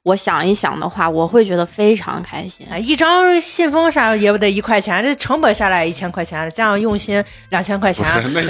我想一想的话，我会觉得非常开心。
哎一张信封啥也不得一块钱，这成本下来一千块钱，这样用心两千块
不
钱，
是， 那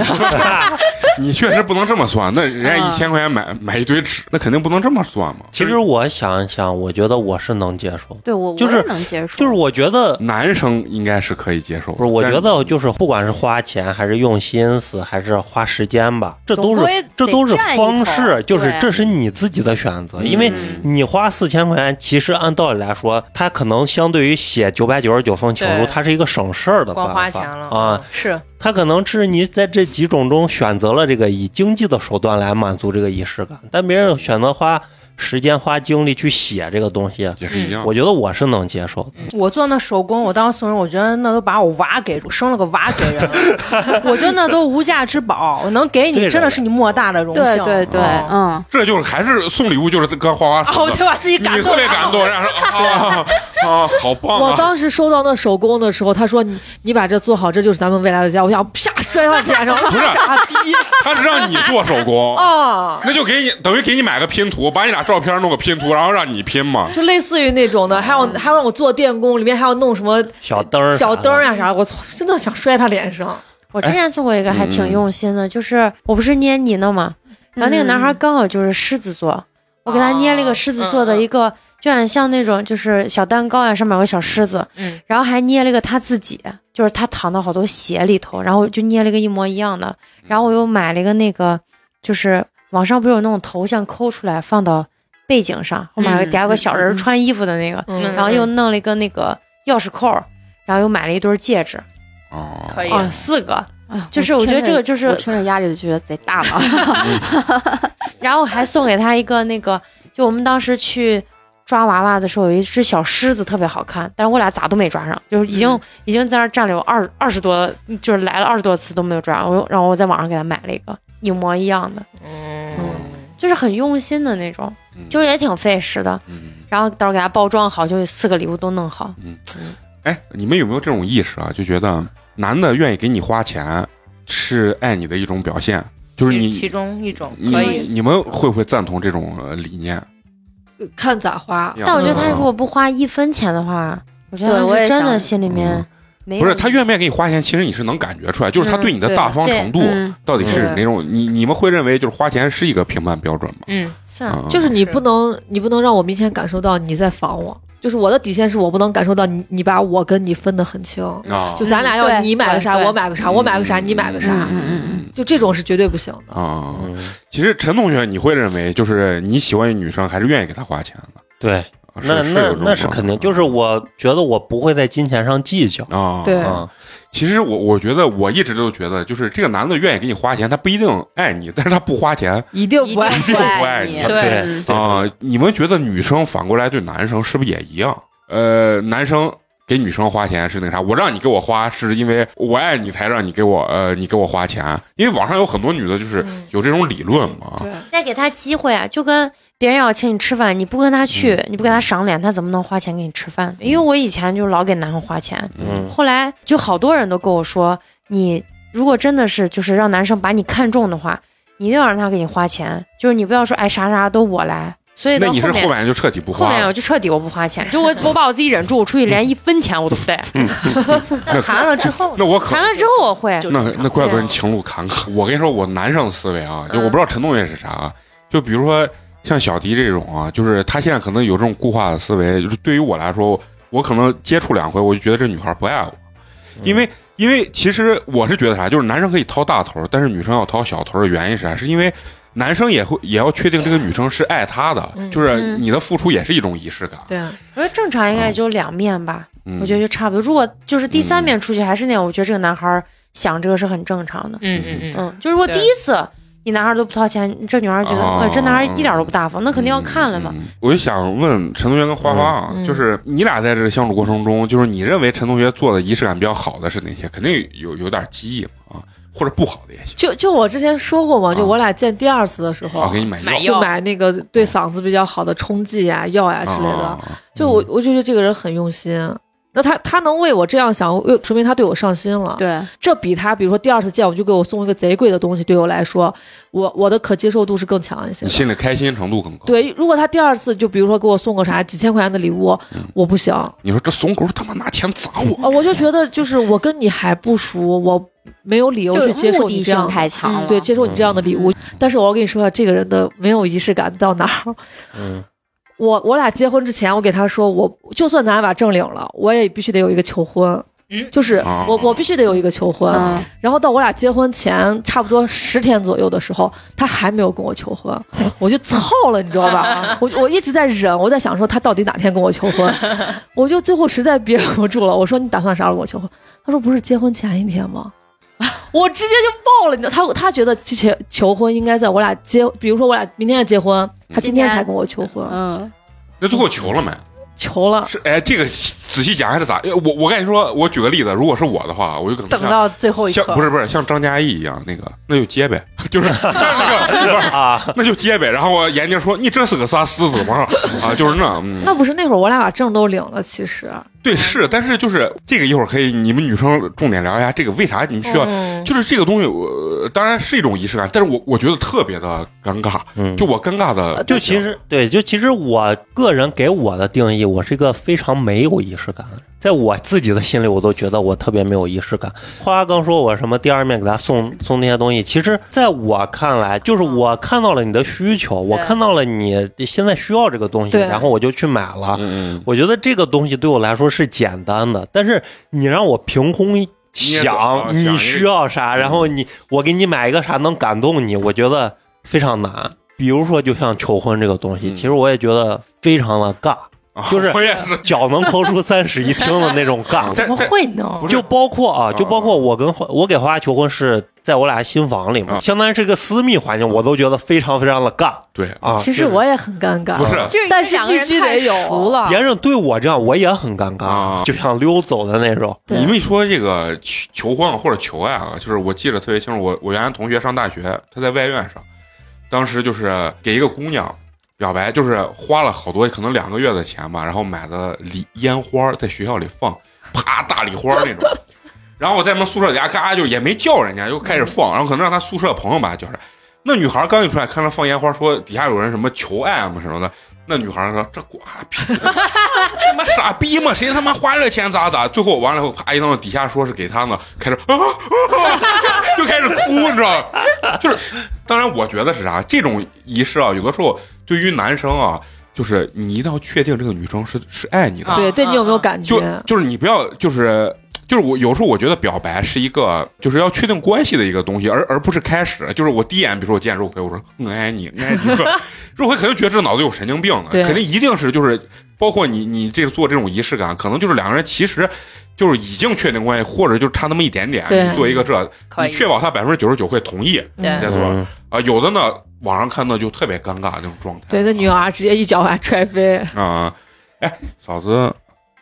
你你确实不能这么算。那人家一千块钱买买一堆纸，那肯定不能这么算嘛。
其实我想一想，我觉得我是能接受的，
对我
就是
我也能接受，
就是我觉得
男生应该是可以接受的，
不是，我
但
觉得就是不管是花钱还是用心思还是花时间吧，这都
总归
是这都是
得占一
方
头
式，就是
对
这是你自己的选择，因为
嗯
你花四千块钱，其实按道理来说，它可能相对于写九百九十九封情书，
对
它是一个省事儿的办
光
法
花钱了
啊。！
是
它可能是你在这几种中选择了这个以经济的手段来满足这个仪式感，但别人选择花时间花精力去写这个东西，
也是一样。
嗯我觉得我是能接受的。
嗯
我做那手工，我当时送人，我觉得那都把我娃给生了个娃给人了，我觉得那都无价之宝，我能给
对
你
着
真的是你莫大的荣
对
幸。
对对，
嗯
啊
嗯，
这就是还是送礼物，就是跟花花
啊，
说
我
哦嗯
的
就把自己
你
感动
特别
了
感动，然后说啊啊，好棒
我
啊！
当时收到那手工的时候，他说你你把这做好，这就是咱们未来的家。我想啪摔到地上， 我
不
说
是
傻逼
他是让你做手工，
啊！
那就给你等于给你买个拼图，把你俩照片弄个拼图，然后让你拼嘛。
就类似于那种的，还有还让我做电工，里面还要弄什么
小灯儿啥的，
小灯儿啊呀啥，我操，真的想摔他脸上。
我之前送过一个还挺
嗯
用心的，就是我不是捏泥呢嘛，然后那个男孩刚好就是狮子座，我给他捏了一个狮子座的一个，就很像那种就是小蛋糕呀，上面有个小狮子，
嗯，
然后还捏了一个他自己，就是他躺到好多鞋里头，然后就捏了一个一模一样的，
嗯
然后我又买了一个那个，就是网上不是有那种头像抠出来放到背景上，后面有底下有个小人穿衣服的那个，
嗯
然后又弄了一个那个钥匙扣儿，然后又买了一对儿戒指，
啊，
可以
啊，四个。
哎呀
就是我觉
听
得
着
这个就是
我听着压力就觉得贼大了。
然后还送给他一个那个，就我们当时去抓娃娃的时候，有一只小狮子特别好看，但是我俩咋都没抓上，就是已经、
嗯
已经在那儿站了有二二十多，就是来了二十多次都没有抓上。我又然后我在网上给他买了一个一模一样
嗯
的，就是很用心的那种，就是也挺费时的。
嗯
然后到时候给他包装好，就四个礼物都弄好。
哎，你们有没有这种意识啊？就觉得男的愿意给你花钱是爱你的一种表现，就是
其
你
其中一种
你
可以。
你们会不会赞同这种呃理念？
看咋花，
但我觉得他
嗯
如果不花一分钱的话，我觉得
对我
他
也
是真的
想
心里面
嗯
没有
不是他愿不愿意给你花钱，其实你是能感觉出来，就是他
嗯
对你的
对
大方
对
程度
嗯
到底是
嗯
哪种。你你们会认为就是花钱是一个评判标准吗？
嗯算
啊，
就是你
是
不能，你不能让我明显感受到你在防我。就是我的底线是我不能感受到你，你把我跟你分得很清。
啊
就咱俩要
嗯对
你买个啥，
对对
我买个啥，我买个啥，你买个啥，
哦嗯嗯嗯
就这种是绝对不行的。
啊，
嗯
其实陈同学，你会认为就是你喜欢一女生，还是愿意给她花钱的？
对，
啊
那
是
那
有这种
那是
状况
肯定，就是我觉得我不会在金钱上计较
啊，
对
啊
啊，
其实我我觉得我一直都觉得，就是这个男的愿意给你花钱，他不一定爱你，但是他不花钱
一定
一
不爱
定
不爱你
你，
对
嗯
啊、你们觉得女生反过来对男生是不是也一样？呃，男生给女生花钱是那啥，我让你给我花，是因为我爱你才让你给我呃你给我花钱，因为网上有很多女的就是
嗯
有这种理论嘛。
对，
再给他机会啊，就跟别人要请你吃饭，你不
嗯
跟他去，你不给他赏脸，他怎么能花钱给你吃饭？因为我以前就老给男生花钱，
嗯
后来就好多人都跟我说，你如果真的是就是让男生把你看中的话，你一定要让他给你花钱，就是你不要说哎啥啥都我来。所以
那
到
你是
后面
后面就彻底不
后
花
面
了
我就彻底我不花钱，就我我把我自己忍住，我出去连一分钱我都不带。
嗯
那谈了之后呢，
那我可
谈了之后我会，
就
那
正常
那怪不得
对
你情路坎坷。我跟你说，我男生思维啊，就
嗯
我不知道陈同学是啥啊，就比如说像小迪这种啊，就是他现在可能有这种固化的思维，就是对于我来说，我可能接触两回，我就觉得这女孩不爱我，因为因为其实我是觉得啥，就是男生可以掏大头，但是女生要掏小头的原因是啥？是因为男生也会也要确定这个女生是爱他的，就是
嗯
你的付出也是一种仪式感。
对啊，
我觉得正常应该也就两面吧，
嗯
我觉得就差不多。如果就是第三面出去还是那样，我觉得这个男孩儿想这个是很正常的。
嗯嗯嗯，
嗯，就是如果
对
第一次你男孩儿都不掏钱，这女孩儿觉得，
哦
哎，这男孩儿一点儿都不大方，那肯定要看了嘛。
嗯我就想问陈同学跟花花啊，
嗯嗯
就是你俩在这个相处过程中，就是你认为陈同学做的仪式感比较好的是哪些？肯定有有点记忆嘛啊，或者不好的也行。
就就我之前说过嘛，就
啊
我俩见第二次的时
我、
候
给，你买药
买
就
药
哦买那个对嗓子比较好的冲剂呀、药呀之类的。
啊
就我我就觉得这个人很用心。那他他能为我这样想，为说明他对我上心了。
对，
这比他比如说第二次见我就给我送一个贼贵的东西，对我来说，我我的可接受度是更强一些
你
的。
心里开心程度更高。，
对，如果他第二次就比如说给我送个啥几千块钱的礼物，我不行。
你说这怂狗他妈拿钱砸我，
呃，我就觉得就是我跟你还不熟，我没有理由去接
就
受
目
你
的
这样
性
的嗯
太强了，
对，接受你这样的礼物。但是我要跟你说，啊这个人的没有仪式感到哪儿？
嗯
我我俩结婚之前，我给他说，我就算咱俩把证领了，我也必须得有一个求婚。
嗯
就是
啊
我我必须得有一个求婚。
嗯，
然后到我俩结婚前差不多十天左右的时候，他还没有跟我求婚， 我就操了，你知道 吧？我我一直在忍，我在想说他到底哪天跟我求 婚，我就最后实在憋不住了，我说你打算啥时候跟我求婚？他说不是结婚前一天 吗？我直接就爆了，你知道，他他觉得求求婚应该在我俩结，比如说我俩明天要结婚，他今天才跟我求婚，
嗯，
那最后求了没？
求了。
是哎，这个仔细讲还是咋？哎我我跟你说，我举个例子，如果是我的话，我就可能
等
像
到最后一
像
刻，
不是不是像张嘉译一样那个，那就接呗， 就是像那 个不是
啊，
那就接呗。然后我眼睛说：“你真是个傻狮子吗？”啊，就是那，嗯，
那不是那会儿我俩把证都领了，其实
对是，但是就是这个一会儿可以，你们女生重点聊一下这个为啥你们需要，
嗯，
就是这个东西，我当然是一种仪式感，但是我我觉得特别的尴尬，
嗯
就我尴尬的，
就其实对，就其实我个人给我的定义，我是一个非常没有仪式感的人。在我自己的心里，我都觉得我特别没有仪式感。花花刚说我什么第二面给他送送那些东西，其实在我看来，就是我看到了你的需求，我看到了你现在需要这个东西，
对
然后我就去买了。
嗯，
我觉得这个东西对我来说是简单的，但是你让我凭空
啊
想
想一嗯个
你需要啥，然后你我给你买一个啥能感动你，我觉得非常难。比如说，就像求婚这个东西，
嗯
其实我也觉得非常的 尬，
嗯
就是啊
啊我也是，
脚能抠出三室一厅的那种 尬。
在
怎么
在
会呢？
就包括啊，
啊
就包括我跟花我给花花求婚是在我俩新房里嘛，
啊
相当于是一个私密环境，
嗯
我都觉得非常非常的尬
对，
啊。
其实
就是
我也很尴尬。
不是
就是
但是
两个人
必须
太
得有
熟了，
别人对我这样，我也很尴
啊
尬，就想溜走的那种。
对
你们一说这个求求婚或者求爱啊，就是我记得特别清楚，我我原来同学上大学，他在外院上，当时就是给一个姑娘表白，就是花了好多可能两个月的钱吧，然后买的礼烟花在学校里放，啪大礼花那种。 然后我在我们宿舍底下嘎就也没叫人家，就开始放，然后可能让他宿舍朋友把他叫上。那女孩刚一出来，看他放烟花，说底下有人什么求爱啊什么什么的，那女孩说：“这瓜逼， 他妈傻逼嘛，谁他妈花这钱咋咋？”最后完了以后，啪一弄底下说是给他呢，开始啊啊啊就开始哭，你知道吗？就是，当然我觉得是啥，这种仪式啊，有的时候对于男生啊，就是你一定要确定这个女生是是爱你的，
啊
对对，你有没有
啊
感觉
就？就是你不要就是。就是我有时候我觉得表白是一个就是要确定关系的一个东西，而而不是开始。就是我第一眼，比如说我见肉葵，我说我爱你，我爱你， 肉葵肯定觉得这脑子有神经病的，
对
肯定一定是就是包括你你这个做这种仪式感，可能就是两个人其实就是已经确定关系，或者就差那么一点点，
对
你做一个这，
可
你
以
确保他百分之九十九会同意
对
再做啊、
嗯
有的呢，网上看到就特别尴尬那种状态，
对，那女娃直接一脚把他踹飞。
啊、哎，嫂子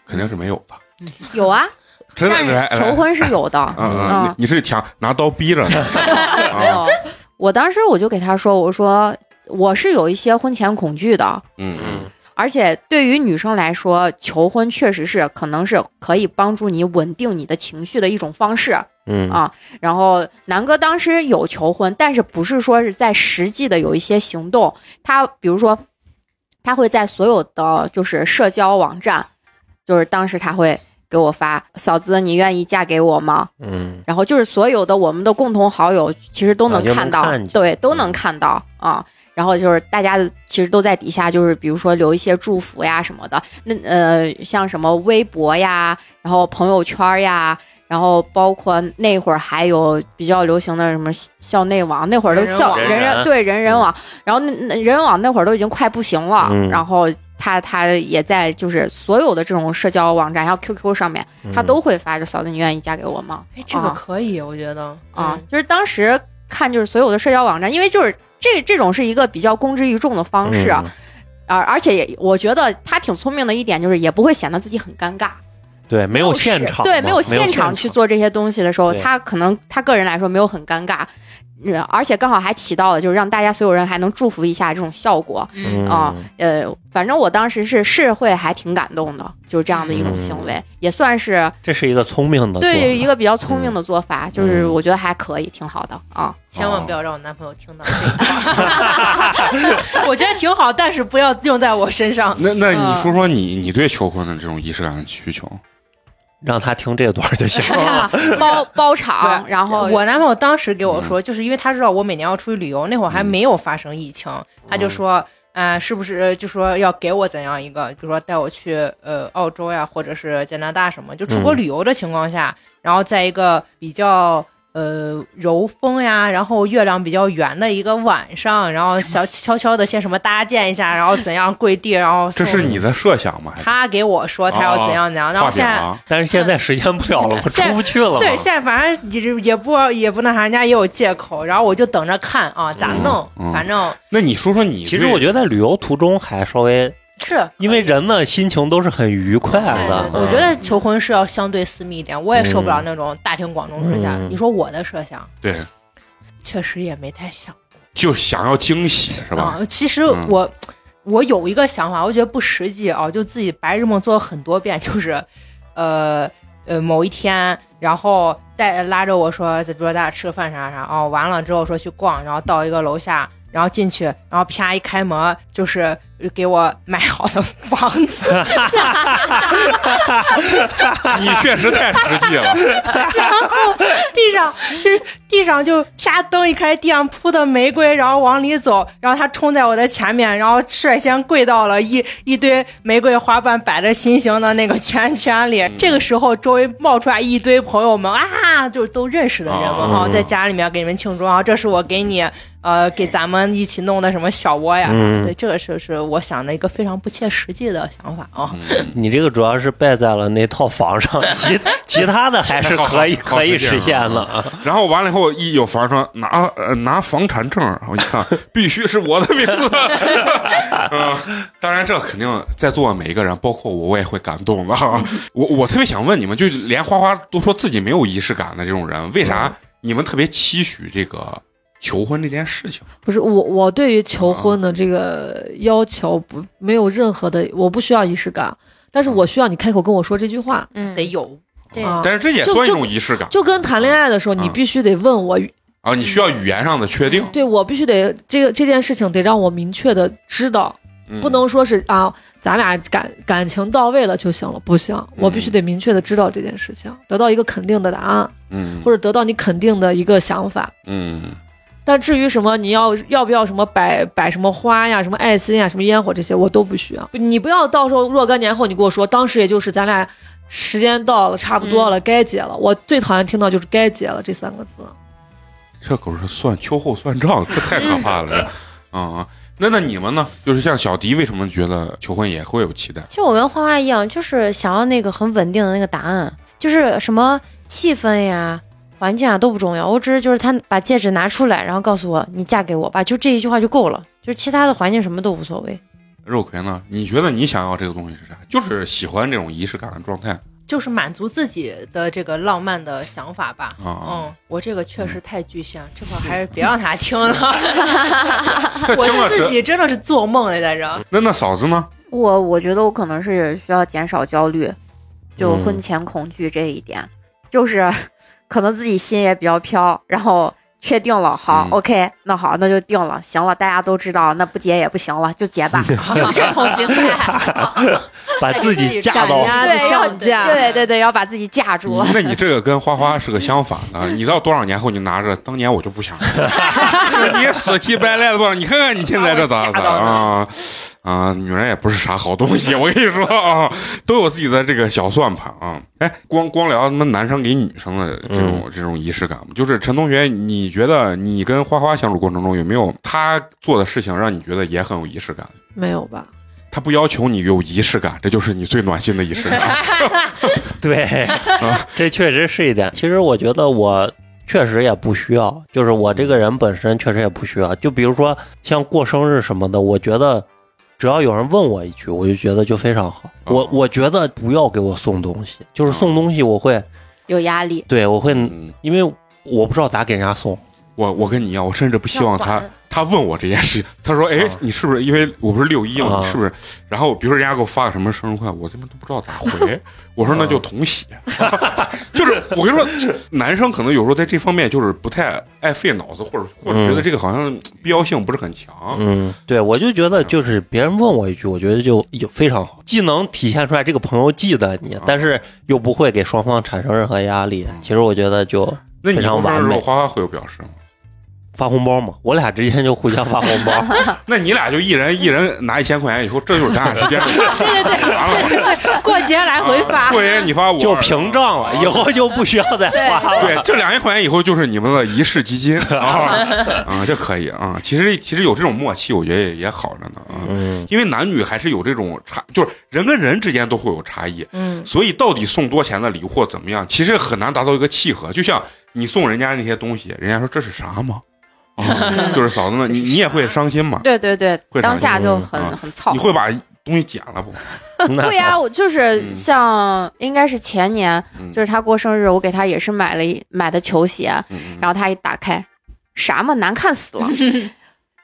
肯定是没有的，
有啊，
真的
但
是哎
是求婚是有 的，
嗯嗯，你
嗯，
你是抢拿刀逼着 呢？啊
没有。我当时我就给他说，我说我是有一些婚前恐惧的，
嗯嗯
嗯，
而且对于女生来说，求婚确实是可能是可以帮助你稳定你的情绪的一种方式。
嗯
啊然后南哥当时有求婚，但是不是说是在实际的有一些行动，他比如说他会在所有的就是社交网站，就是当时他会给我发嫂子，你愿意嫁给我吗？
嗯
然后就是所有的我们的共同好友，其实都能
啊就能
看到，
看见
对，都能
嗯
看到啊。然后就是大家其实都在底下，就是比如说留一些祝福呀什么的。那呃，像什么微博呀，然后朋友圈呀，然后包括那会儿还有比较流行的什么校内网，那会儿都
人人
校
网
人
人
人
人
对人人网，然后那那人人网那会儿都已经快不行了，
嗯
然后他他也在就是所有的这种社交网站，还有 QQ 上面，
嗯
他都会发着嫂子，你愿意嫁给我吗？
哎，这个
啊
可以，我觉得
嗯
嗯
啊，就是当时看就是所有的社交网站，因为就是这这种是一个比较公之于众的方式，而、
嗯
而且也我觉得他挺聪明的一点就是也不会显得自己很尴尬，
对，没有现场嘛，
对，没有
现
现场去，做这些东西的时候，
对
他可能他个人来说没有很尴尬。嗯而且刚好还起到了，就是让大家所有人还能祝福一下这种效果，
嗯
啊呃，反正我当时是是会还挺感动的，就是这样的一种行
嗯
为，也算是
这是一个聪明的做法，
对于一个比较聪
嗯
明的做法，就是我觉得还可以，挺好的啊。。
千万不要让我男朋友听到这一块。 我觉得挺好，但是不要用在我身上。
那那
嗯
你说说你你对求婚的这种仪式感的需求？
让他听这段就行
包包场，
对
然后
哦我男朋友当时给
嗯
我说，就是因为他知道我每年要出去旅游，那会儿还没有发生疫情，他
哦
就说，啊，是不是就说要给我怎样一个，就说带我去呃澳洲呀，或者是加拿大什么，就出国
嗯
旅游的情况下，然后在一个比较。呃，柔风呀，然后月亮比较圆的一个晚上，然 后小悄悄的先什么搭建一下，然后怎样跪地，然后
这
送
是你的设想吗？还是
他给我说他要怎样怎样，然后
画
现
饼
在
啊？
但是现在实现不了了 嘛，
现在
出不去了嘛。
对，现在反正也也不也不那啥，人家也有借口，然后我就等着看啊，咋弄？
嗯嗯
反正
那你说说你
其实我
就
觉得在旅游途中还稍微，
是呃
因为人的心情都是很愉快的
对对。对
嗯
我觉得求婚是要相对私密一点，我也受不了
嗯
那种大庭广众之下。
嗯
你说我的设想
对，
确实也没太想
就想要惊喜是吧？
啊，其实
嗯
我、我有一个想法，我觉得不实际啊，就自己白日梦做了很多遍，就是呃呃某一天，然后带拉着我说，比如说咱俩吃个饭啥啥哦，完了之后说去逛，然后到一个楼下。然后进去，然后啪一开门，就是给我买好的房子，嗯
你确实太实际了，
地上就是地上就啪灯一开，地上铺的玫瑰，然后往里走，然后他冲在我的前面，然后率先跪到了一 一堆玫瑰花瓣摆着心形的那个圈圈里。这个时候，周围冒出来一堆朋友们啊，就是都认识的人们哈，在家里面给你们庆祝啊，这是我给你呃给咱们一起弄的什么小窝呀。
嗯
对，这个是是我想的一个非常不切实际的想法啊。
你这个主要是败在了那套房上， 其其他的还是 可以
好好
可以
好实
实
现
现
啊
的。
然后完了以后一有房说拿呃拿房产证，我一看必须是我的名 字。嗯，当然这肯定在座每一个人，包括我，我也会感动的啊。我我特别想问你们，就连花花都说自己没有仪式感的这种人，为啥
嗯
你们特别期许这个求婚这件事情？
不是我，我对于
嗯
求婚的这个要求不没有任何的，我不需要仪式感，但
嗯
是我需要你开口跟我说这句话。
嗯
得有，
对
啊
但是这也
就
算一
就
种仪式感，
就跟谈恋爱的时候，
嗯
你必须得问我，
啊，你需要语言上的确定。
对我必须得这个这件事情得让我明确的知道
嗯
不能说是啊，咱俩感感情到位了就行了，不行，我必须得明确的知道这件事情，得到一个肯定的答案，
嗯
或者得到你肯定的一个想法。
嗯
但至于什么你要要不要什么摆摆什么花呀、什么爱心呀、什么烟火这些，我都不需要。你不要到时候若干年后你跟我说，当时也就是咱俩时间到了，差不多了，该结了。我最讨厌听到就是“该结了”这三个字。
这可是算秋后算账，这太可怕了 啊、嗯那那你们呢？就是像小迪，为什么觉得求婚也会有期待？
其实我跟花花一样，就是想要那个很稳定的那个答案，就是什么气氛呀、环境啊都不重要，我只是就是他把戒指拿出来，然后告诉我你嫁给我吧，就这一句话就够了，就是其他的环境什么都无所 谓。
肉葵呢？你觉得你想要这个东西是啥？就是喜欢这种仪式感的状态
就是满足自己的这个浪漫的想法吧。
啊。
嗯，我这个确实太具象，这块还是别让他听 了。
这
我
听了
自
真
己真的是做梦了，在 这。
那那嫂子呢？
我我觉得我可能是需要减少焦虑，就
嗯
婚前恐惧这一点，就是可能自己心也比较飘，然后确定了，好、
嗯
o k 那好，那就定了，行了，大家都知道，那不结也不行了，就结 吧，就这种心态，
把自己架
赶
到
鸭子
对，要
上架，
对对对，要把自己架住。
嗯那你这个跟花花是个相反
嗯
的，你到多少年后你拿着，当年我就不想， 你也死乞白赖的吧？你看看你现在这咋
把
的
我吓到了
啊啊！女人也不是啥好东西，我跟你说啊，都有自己的这个小算盘啊。哎，光光聊他妈男生给女生的这种、
嗯
这种仪式感，就是陈同学，你觉得你跟花花相处过程中有没有他做的事情让你觉得也很有仪式感？
没有吧？
他不要求你有仪式感，这就是你最暖心的仪式 感。
对， 这确实是一点。其实我觉得我确实也不需要，就是我这个人本身确实也不需要。就比如说像过生日什么的，我觉得只要有人问我一句，我就觉得就非常好。
哦
我我觉得不要给我送东西，就是送东西我会，
有压力，
对我会，
嗯
因为我不知道咋给人家送。
我我跟你一样，我甚至不希望
要
他
还
他问我这件事，他说：“哎
啊，
你是不是因为我不是六一嘛，
啊
你是不是？”然后比如说人家给我发个什么生日快，我他妈都不知道咋回。我说那
啊
就同喜， 就是我跟你说，男生可能有时候在这方面就是不太爱费脑子，或者或者觉得这个好像必要性不是很强。
嗯， 对，我就觉得就是别人问我一句，我觉得就有非常好，既能体现出来这个朋友记得你
啊，
但是又不会给双方产生任何压力。其实我觉得就
那你
非常
过生日
完
的时候，
美
花花会有表示吗？
发红包嘛，我俩之间就互相发红包。
那你俩就一人一人拿一千块钱，以后这就是咱俩之间的对对对，完了。
过节来回发，
过年你发我啊
就平账了，以后就不需要再发了。
对，这两千块钱以后就是你们的一世基金啊啊，这可以啊。其实其实有这种默契，我觉得也也好着呢啊。
嗯，
因为男女还是有这种差，就是人跟人之间都会有差异，
嗯，
所以到底送多钱的礼物或怎么样，其实很难达到一个契合。就像你送人家那些东西，人家说这是啥嘛， 啊，就是嫂子呢，你你也会伤心嘛，
对对对
会，
当
啥
下
意
就
思
很、
啊
很燥
你。会把东西剪了不？
嗯那
对 呀、我就是
嗯
像应该是前年，
嗯
就是他过生日，我给他也是买了一买的球鞋，
嗯
然后他一打开，啥嘛，难看死了，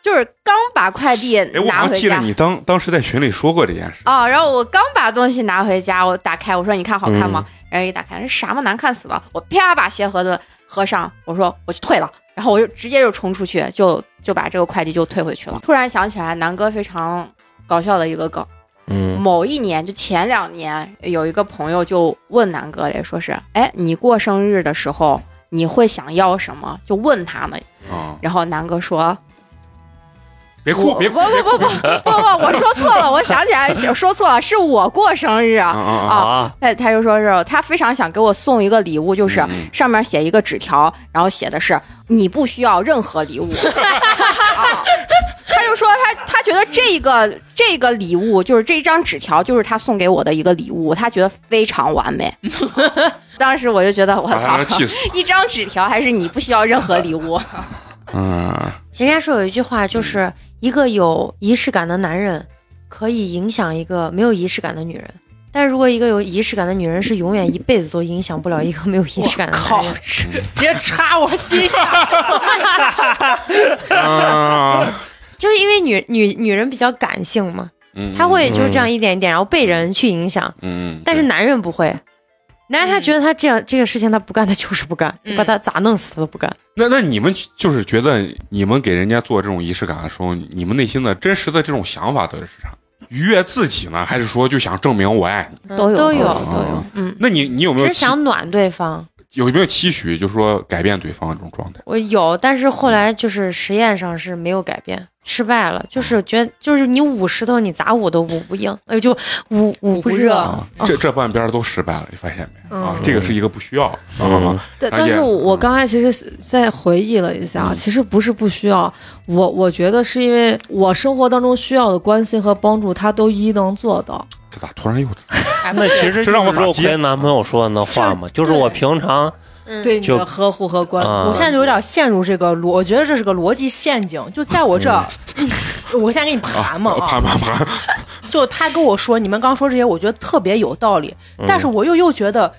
就是刚把快递
哎，我
拿
好像
回
记得
家
你当当时在群里说过这件事。
哦，然后我刚把东西拿回家，我打开，我说你看好看
嗯
吗？然后一打开，这啥嘛，难看死了，我啪把鞋盒子合上，我说我去退了，然后我就直接就冲出去，就就把这个快递就退回去了。突然想起来，南哥非常搞笑的一个梗。
嗯
某一年，就前两年，有一个朋友就问南哥嘞，说是，哎，你过生日的时候你会想要什么？就问他呢。
啊，
然后南哥说，
别
我
哭，别哭
不不不不不不，我说错了，我想起来说错了，是我过生日。
啊啊啊！
啊，
他他就说是他非常想给我送一个礼物，就是
嗯
上面写一个纸条，然后写的是你不需要任何 礼物。啊他就说他他觉得这个这个礼物就是这张纸条就是他送给我的一个礼物，他觉得非常完 美。当时我就觉得我
把他
操
能， 气死。
一张纸条还是你不需要任何礼物。
嗯，
人家说有一句话，就是一个有仪式感的男人可以影响一个没有仪式感的女人，但如果一个有仪式感的女人是永远一辈子都影响不了一个没有仪式感的男
靠
人。，
直直接插我心上。
啊，
就是因为女女女人比较感性嘛，
嗯
她会就是这样一点一点，然后被人去影响，
嗯，嗯
但是男人不会，男人他觉得他这样、这个事情他不干，他就是不干，
嗯
把他咋弄死他都不干。
那那你们就是觉得你们给人家做这种仪式感的时候，你们内心的真实的这种想法到底是啥？愉悦自己呢，还是说就想证明我爱你？
嗯
都有
都
有
有，
都有，嗯，
那你你有没
只
有
是
期
想暖对方。
有没有期许，就是说改变对方的这种状态？
我有，但是后来就是实验上是没有改变，失败了。就是觉得，就是你捂石头，你咋捂都捂不硬，哎，就捂捂不
不
热。
热
啊，这这半边都失败了，你发现没？啊
嗯，
这个是一个不需要
嗯
啊，
但
啊
但
也
是我我
嗯
刚才其实在回忆了一下，
嗯
其实不是不需要，我我觉得是因为我生活当中需要的关心和帮助，他都一一能做到。
这咋突然又
那其实
这让我
就是
咋接
跟男朋友说的那话嘛，就是我平常
嗯
对你
就
的呵护和关
啊
顾
我现在就有点陷入这个逻，我觉得这是个逻辑陷阱。就在我这，
嗯
我现在给你盘嘛啊，
啪啪啪？
就他跟我说你们刚说这些，我觉得特别有道理，
嗯
但是我又又觉得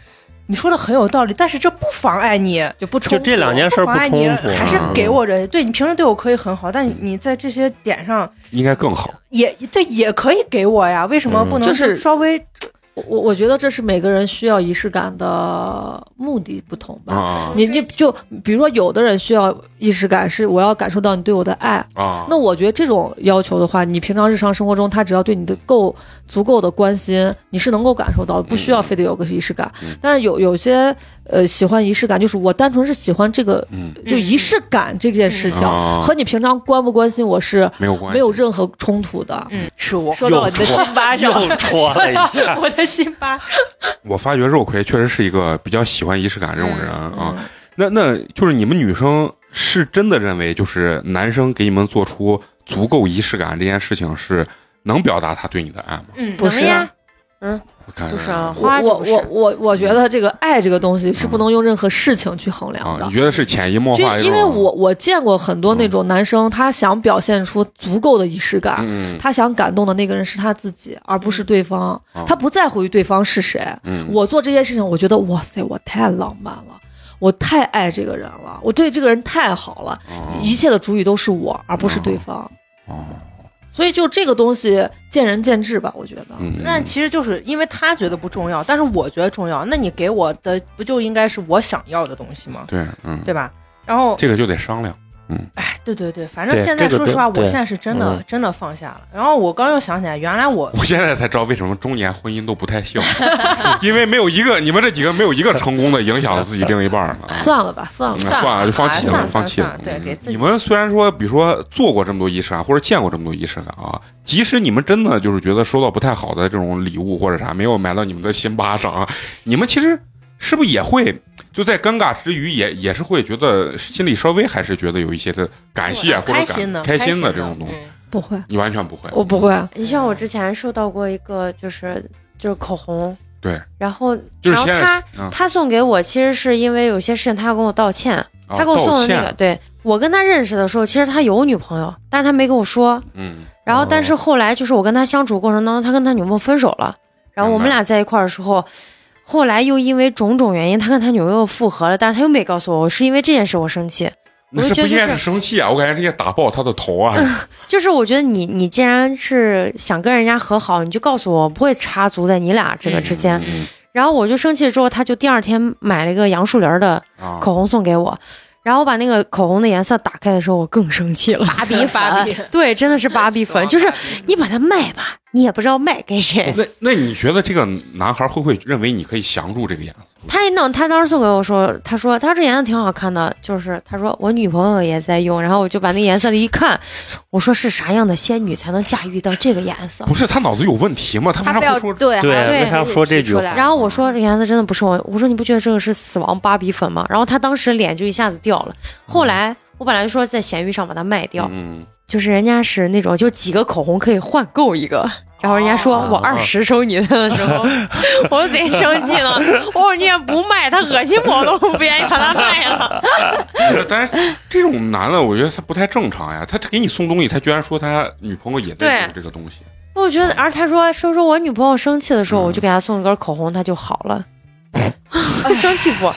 你说的很有道理，但是这不妨碍你，
就不冲
就
突。
这两件事
不
儿不
妨碍你
冲突，啊
还是给我这些。对你平时对我可以很好，但你在这些点上
应该更好。
也对也可以给我呀，为什
嗯
么不能
就是
稍微
我我我觉得这是每个人需要仪式感的目的不同吧。
啊
你你就比如说，有的人需要仪式感，是我要感受到你对我的爱，
啊！
那我觉得这种要求的话，你平常日常生活中，他只要对你的够足够的关心，你是能够感受到的，不需要非得有个仪式感。
嗯
但是有有些呃喜欢仪式感，就是我单纯是喜欢这个，
嗯
就仪式感这件事情、
啊
和你平常关不关心我是
没有关系，嗯
没有任何冲突的。
是我
说到了你的心 巴上，
又戳了一下，
我的心吧？
我发觉肉葵确实是一个比较喜欢仪式感这种人
嗯
啊。那那就是你们女生是真的认为，就是男生给你们做出足够仪式感这件事情是能表达他对你的爱吗？
嗯，
不是
能呀，
我看
不是啊
我
我
花就
我
不是
我我我觉得这个爱这个东西
嗯
是不能用任何事情去衡量
啊，
的
你。觉得是潜移默
就
化一种？
因为我我见过很多那种男生，他想表现出足够的仪式感，
嗯
他想感动的那个人是他自己，而不是对方
嗯哦。
他不在乎于对方是谁。
嗯，
我做这件事情，我觉得哇塞，我太浪漫了，我太爱这个人了，我对这个人太好了，
哦
一切的主语都是我，而不是对方。
哦
所以就这个东西见仁见智吧，我觉得。
嗯，
那其实就是因为他觉得不重要，但是我觉得重要。那你给我的不就应该是我想要的东西吗？
对嗯，
对吧？然后，
这个就得商量。
哎，对对对，反正
对
现在
这个
说实话，
对
我现在是真的
嗯
真的放下了。然后我刚又想起来，原来我
我现在才知道为什么中年婚姻都不太幸 福，因为没有一个你们这几个没有一个成功的影响了自己另一半儿的啊。
算了吧，算了
嗯
吧。
算了，就放弃
算
了，
了
放弃
算了对给自己
你们虽然说，比如说做过这么多仪式感，或者见过这么多仪式感啊，即使你们真的就是觉得收到不太好的这种礼物或者啥，没有买到你们的心巴掌啊，你们其实是不是也会就在尴尬之余也，也是会觉得心里稍微还是觉得有一些的感谢或者
开
感
心的
开心
的
这种东西，
嗯
不会，
你完全不会。
我不会。啊
你像我之前收到过一个，就是就是口红，
对，
然后
就是
然后
现在
他
嗯
他送给我，其实是因为有些事情他要跟我道歉，
啊
他给我送的那
道
个，
歉
对我跟他认识的时候，其实他有女朋友，但是他没跟我说。
嗯，
然后，
哦
但是后来就是我跟他相处过程当中，他跟他女朋友分手了。然后我们
明白
俩在一块儿的时候，后来又因为种种原因，他跟他女朋友复合了，但是他又没告诉我，我是因为这件事我生气。
那
我
是
就
不
觉得
应该
就是是嗯
生气啊，我感觉是应该打爆他的头啊。
就是我觉得你你既然是想跟人家和好，你就告诉我，我不会插足在你俩这个之间。
嗯
然后我就生气了之后，他就第二天买了一个杨树林儿的
啊，
口红送给我，然后我把那个口红的颜色打开的时候，我更生气了。
芭比
芭
比，
对，真的是芭 比粉，就是你把它卖吧，你也不知道卖给谁。
那那你觉得这个男孩会不会认为你可以降住这个颜色？
他一弄，他当时送给我说，他说他说这颜色挺好看的，就是他说我女朋友也在用，然后我就把那颜色一看，我说是啥样的仙女才能驾驭到这个颜色？
不是他脑子有问题吗？他为
他
啥
非
会
要
说
对
对
还要
为啥
自己
说这
提
句
出
话
来
然后我说这颜色真的不是我，我说你不觉得这个是死亡芭比粉吗？然后他当时脸就一下子掉了。后来我本来说在闲鱼上把它卖掉，
嗯，
就是人家是那种就几个口红可以换购一个。然后人家说
哦
我二十收你的时候，我贼生气呢。我说你也不卖，他恶心我，我都不愿意把它卖了。
嗯但是这种男的，我觉得他不太正常呀。他他给你送东西，他居然说他女朋友也在用
对
这个东西，
我觉得，而他说说说我女朋友生气的时候，
嗯
我就给她送一根口红，她就好了。生气不？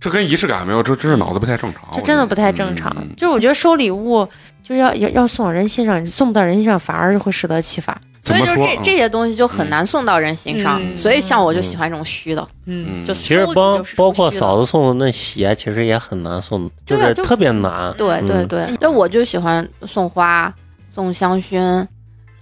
这跟仪式感没有，这真是脑子不太正常。
这真的不太正常。
嗯
就是我觉得收礼物就是要要要送到人心上，你送不到人心上反而会适得其反。
怎
所以
么
就
说啊嗯
这这些东西就很难送到人心上，
嗯
所以像我就喜欢这种虚的，
嗯，
嗯
就
其实
收集
包
就是
包括
虚的
嫂子送的那鞋，其实也很难送，就
对啊
是
就
特别难。
对
嗯
对对，那、我就喜欢送花、送香薰。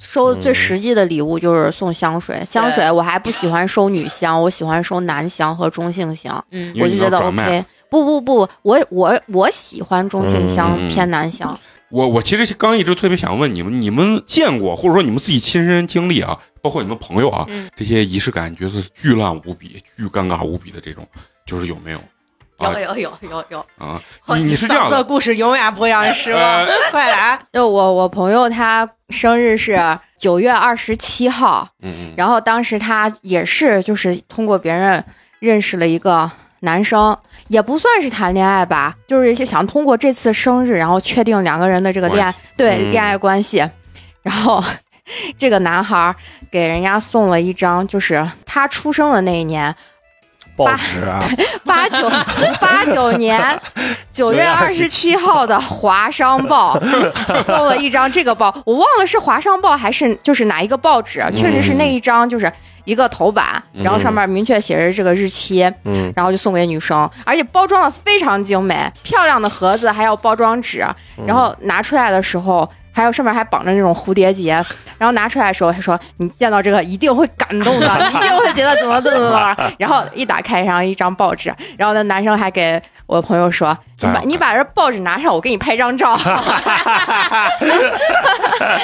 收的最
嗯
实际的礼物就是送香水，香水我还不喜欢收女香，我喜欢收男香和中性香，
嗯
因
我
为
就
你
觉
要
得
找卖
OK。不不不，我我我喜欢中性香
嗯嗯嗯
偏男香，
我我其实刚一直特别想问你们，你们见过或者说你们自己亲身经历啊，包括你们朋友啊，
嗯
这些仪式感觉得巨烂无比、巨尴尬无比的这种，就是有没有啊
有有有有
啊？
哦
你你是这样
嫂子
的呃嗯
的故事永远不会让人失望，快来！啊
就我我朋友他生日是九月二十七号，
嗯嗯
然后当时他也是就是通过别人认识了一个男生，也不算是谈恋爱吧，就是想通过这次生日，然后确定两个人的这个恋爱对
嗯
恋爱关系，然后。这个男孩儿给人家送了一张，就是他出生的那一年，
报
八
纸啊，
八 九八九 年九月二十七号的《华商 报》送了一张这个报，我忘了是《华商报》还是就是哪一个报纸，啊确实是那一张，就是一个头版，然后上面明确写着这个日期，
嗯，
然后就送给女生，而且包装的非常精美，漂亮的盒子还有包装纸，然后拿出来的时候。还有上面还绑着那种蝴蝶结，然后拿出来的时候，他说：“你见到这个一定会感动的，你一定会觉得怎么怎么怎么。”然后一打开上一张报纸，然后那男生还给我朋友说：“你把
对
你把这报纸拿上，我给你拍张照。”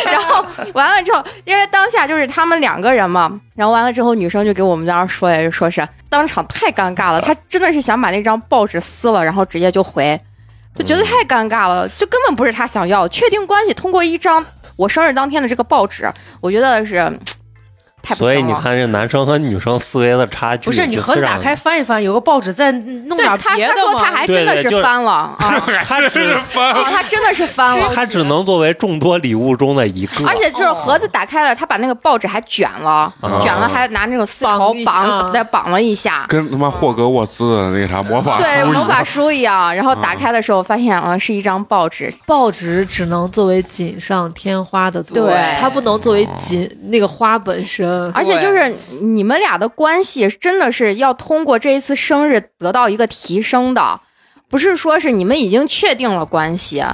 然后完了之后，因为当下就是他们两个人嘛，然后完了之后，女生就给我们当时说，也就说是当场太尴尬了，她真的是想把那张报纸撕了，然后直接就回，就觉得太尴尬了，就根本不是她想要的。确定关系通过一张我生日当天的这个报纸，我觉得是太不
所以
行
你
了。
看这男生和女生思维的差距，
不是你盒子打开，翻一翻，有个报纸再弄
对
点
她，
别
她
的
说
嘛。
她还真的
对
是
对就是
翻了啊，
他只
啊，她真的是翻 了，
他只能作为众多礼物中的一个，
而且就是盒子打开了，她把那个报纸还卷了，
啊
卷了还拿那种丝
绑
绸
一下
绑再绑了一下，
跟他妈霍格沃兹的那啥魔法
对
书一
魔
样
法书一样。然后打
啊
嗯
开的时候发现啊，是一张报纸，
报纸只能作为锦上添花的作用，
对
它不能作
哦
为锦那个花 本身。
而且就是你们俩的关系真的是要通过这一次生日得到一个提升的，不是说是你们已经确定了关系，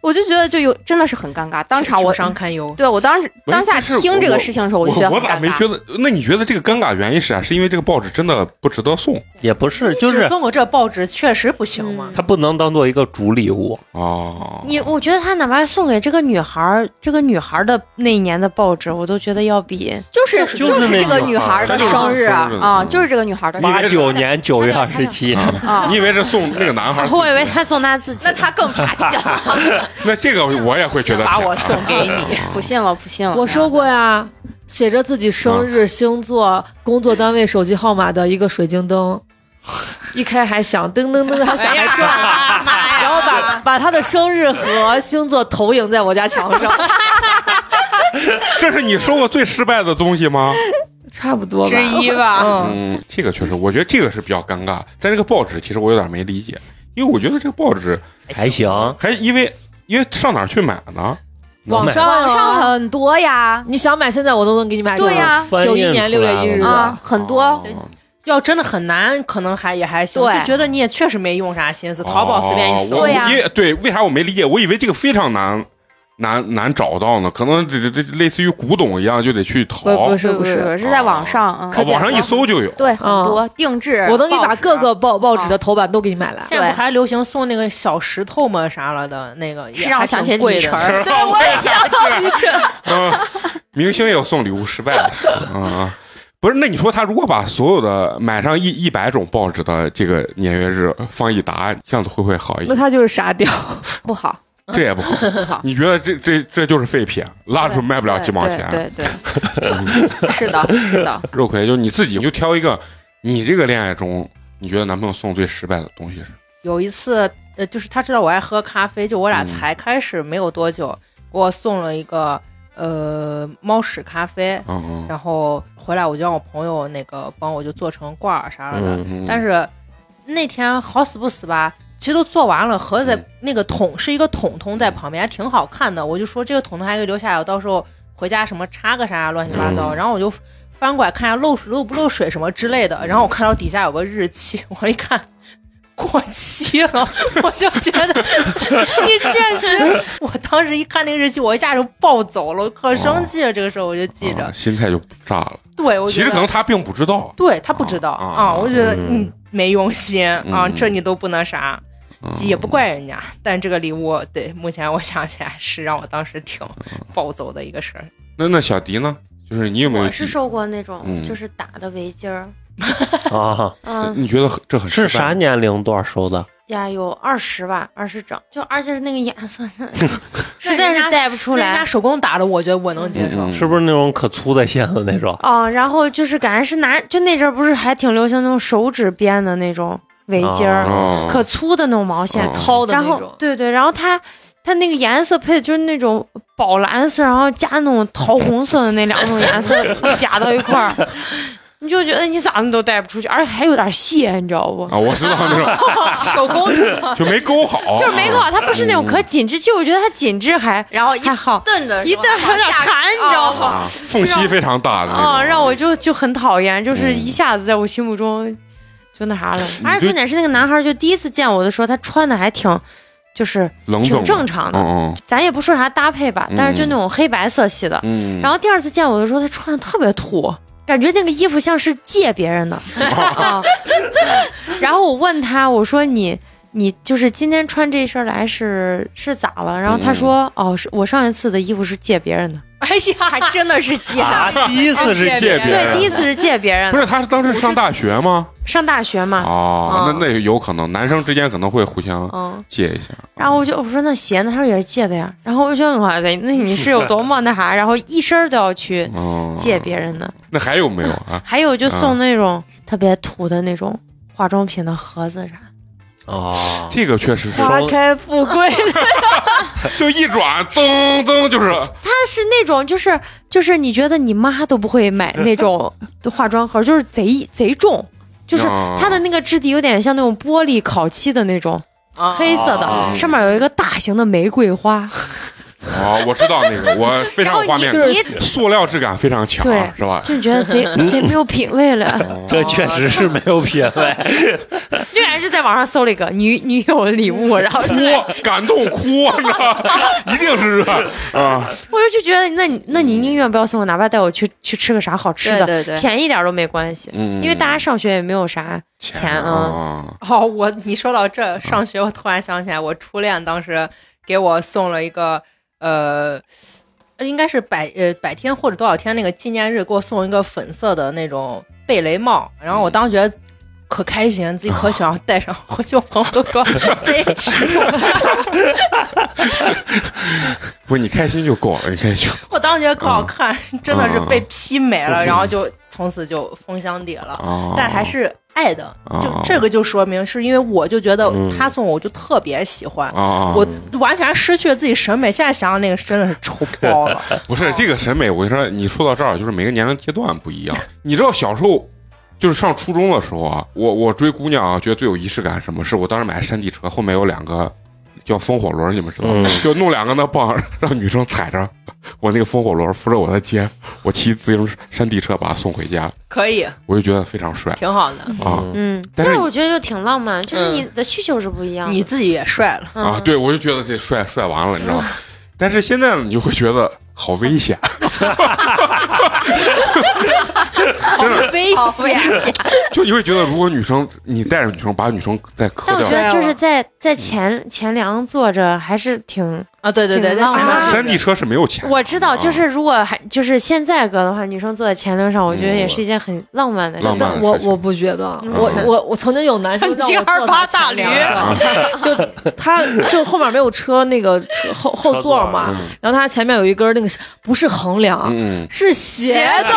我就觉得就有真的是很尴尬，当场我
情商堪忧。
对我当时
喂
当下
哎但是
听这个
我
事情的时候，
我
就觉得很
我咋
尴
没
尬。
觉得？那你觉得这个尴尬原因是啥？是因为这个报纸真的不值得送
也不是，就
只
是
送我这报纸确实不行嘛。
他不能当做一个主礼物。
哦？
嗯你我觉得他哪怕送给这个女孩儿，这个女孩儿的那一年的报纸，我都觉得要比
就是
就是那
这个
种
女
啊
孩的
就是
生日
生日
啊，
嗯
就是这个女孩的生
八
日
九年九月二十七，
啊
你。以为是送那个 男孩儿自己？
我以为他送他自己
那，他更霸气 了，
那这个我也会觉 得
把
甜
我送给 你，
不信了，不哦信了。
我收过呀，写着自己生日、星座、工作单位、手机号码的一个水晶灯，一开还响，噔噔噔，还
嗯哎
哎
响还转，然后把把他的生日和星座投影在我家墙上，
这是你收过最失败的东西吗？
差不多吧
之。一吧。
嗯，
嗯，这个确实，我觉得这个是比较尴尬。但这个报纸其实我有点没理解，因为我觉得这个报纸
哎
还行，
还因为因为上哪儿去买呢？
网上
网上
啊
很多呀，
你想买，现在我都能给你买。
对呀
九一年六月一日
是
啊
吧，
很多
哦。
要真的很难，可能还也还行，
对
就觉得你也确实没用啥心思，淘宝随便一
哦
搜
我
对。呀
因为对，为啥我没理解？我以为这个非常难难难找到呢，可能这这这类似于古董一样，就得去淘。
哦
不不
啊
是不是，
是在网上，嗯，
哦网上一搜就有。
对，很多定制，
我能给你
啊
把各个报报纸的头版都给你买来。
现在不还流行送那个小石头嘛啥了的，那个
是让我想起
贵
李晨
的。
儿，
我也想 啊，明星也有送礼物失败的事啊。不是，那你说他如果把所有的买上一一百种报纸的这个年月日放一沓，这样子会不会好一
那
些？
他就是傻屌，
不好，
这也不好。
不好，
你觉得这这这就是废品，拉出卖不了几毛钱。嗯
对对对，是的，是的，
肉葵，就你自己就挑一个，你这个恋爱中你觉得男朋友送最失败的东西是？
有一次，呃，就是他知道我爱喝咖啡，就我
嗯
俩才开始没有多久，给我送了一个呃猫屎咖啡，
嗯嗯
然后回来我就让我朋友那个帮我就做成罐儿啥的，
嗯，
嗯，
但
是
是那天好死不死吧，其实都做完了，
嗯
盒子在那个桶是一个桶桶在旁边，还挺好看的。我就说这个桶桶还可以留下来，我到时候回家什么插个啥乱七八
嗯
糟，然后我就翻过来看一下漏水漏不漏水什么之 类的，然后我看到底下有个日期，我一看。过期 了，我就觉得你确 实，我当时一看那个日期，我一下就暴走了，我可生气了。这个时候我就记着，
啊心态就炸了。
对，我觉
其
得
实可能他并不知道，
对他不知道
啊
啊
啊
我觉得
嗯
嗯没用心啊，
嗯
这你都不那啥，
嗯
也不怪人家。但这个礼物，对，目前我想起来是让我当时挺暴走的一个事儿。
那那小迪呢？就是你有没有
我
记
是？受过那种
嗯
就是打的围巾儿，
啊，
嗯，
你觉得很这很
是
失败
啥年龄段收的？
呀，有二十吧，二十整，就而且是那个颜色，
那
实在
人家
是带不出
人
来
家。手工打的，我觉得我能接受。
嗯嗯
是不是那种可粗的线的那种？
哦，然后就是感觉是拿，就那阵儿不是还挺流行那种手指编的那种围巾儿，
哦
可粗的那种毛线，
嗯
掏的
然
那
后
种，
对对，然后它它那个颜色配的就是那种宝蓝色，然后加那种桃红色的那两种 颜色嗲到一块儿，你就觉得你咋都带不出去，而且还有点细，你知道不？
啊？我知道那 种
手工的
就没勾好，啊
就是没搞好，它不是那种
嗯
可紧致，其实我觉得它紧致还
然后一
还好，
蹬的
一
时
蹬
候
有点
往下
弹，你知道
哦
吗？
啊，缝隙非常大的那种
啊、让我就就很讨厌，就是
嗯
一下子在我心目中就那啥了。而且
就
重点是那个男孩儿，就第一次见我的时候，他穿的还挺，就是
冷总
挺正常的，
嗯
咱也不说啥搭配吧，但是就那种黑白色系的。
嗯，
然后第二次见我的时候，他穿的特别土，感觉那个衣服像是借别 人的。 啊、然后我问他，我说你。你就是今天穿这身来是是咋了？然后
嗯
他说：“哦，是我上一次的衣服是借别人的。
哎呀，
还真的是借。
啊，第一次是借 别
对，
人，
第一次是借别人
不
的，
是他是当时上大学吗？
上大学嘛。
哦，
嗯
那那有可能，男生之间可能会互相
嗯，
借一下。
然后我就我说那鞋呢？他说也是借的呀。然后我就我 的，那你是有多么那啥？然后一身儿都要去
嗯，
借别人的。
那还有没有啊？
还有就送那种特别土的那种化妆品的盒子
嗯
啥。
哦，
这个确实是，
花
开富贵，
就一转噔噔就是
但是那种就是就是你觉得你妈都不会买那 种化妆盒，就是贼贼重。就是
哦
它的那个质地有点像那种玻璃烤漆的那种
啊
黑色
哦
嗯
的，上面有一个大型的玫瑰花，
哦，我知道那个，我非常有画面
然后
感
你，
塑料质感非常强
对，
是吧？
就你觉 得贼贼没有品味了。
这确实是没有品味。
居然是在网上搜了一个女女友礼物，然后
哭，感动哭，你知道吗， 一定是这啊，
我就就觉得，那你那你
嗯
宁愿不要送我，哪怕带我去去吃个啥好吃的，
对对对
便宜点儿都没关系，
嗯，
因为大家上学也没有啥钱啊。
啊，
哦，我你说到这上学，我突然想起来，我初恋当时给我送了一个呃，应该是百呃百天或者多少天那个纪念日，给我送一个粉色的那种贝雷帽，然后
嗯
我当时觉得。可开心，自己
啊
可想要戴上。回去我朋友都说 贼耻辱。
不是你开心就够了，你开心就
我当时觉得可好看，真的是被
嗯
劈没了，然后就从此就封箱底了。
啊，
但还是爱的，
哦
就这个就说明是因为我就觉得
嗯
他送我，我就特别喜欢。
啊，
我完全失去了自己审美，现在想想那个真的是丑爆 了。
不是这个审美，我跟你说，你说到这儿，就是每个年龄阶段不一样。你知道小时候，就是上初中的时候啊，我我追姑娘啊，觉得最有仪式感是什么？是我当时买山地车，后面有两个叫风火轮，你们知道吗？就弄两个那棒，让女生踩着我那个风火轮扶着我的肩，我骑自行车山地车把她送回家，
可以，
我就觉得非常帅
挺好的，
啊
嗯，
但
这
是
样我觉得就挺浪漫，就是
嗯
你的需求是不一样的。
你自己也帅 了。
嗯
啊！对我就觉得这帅帅完了，你知道吗？
嗯
但是现在呢，你就会觉得好危 险，真的。
危险，
就你会觉得，如果女生你带着女生把女生再磕
但我
掉
觉，得就是在
嗯
在前前梁坐着还是挺，
啊！对对对，
挺
在前面
浪漫
山地车是没有钱的。
我知道，
啊
就是如果还就是现在哥的话，女生坐在前梁上，我觉得也是一件很浪漫的事
浪
情。
漫的
我
事情
我不觉得，
嗯
我
是
我我曾经有男生让我坐他前面
大
就他就后面没有车那个车 后后座嘛，
车座
然后他前面有一根那个不是横梁。
嗯，哦
是斜的，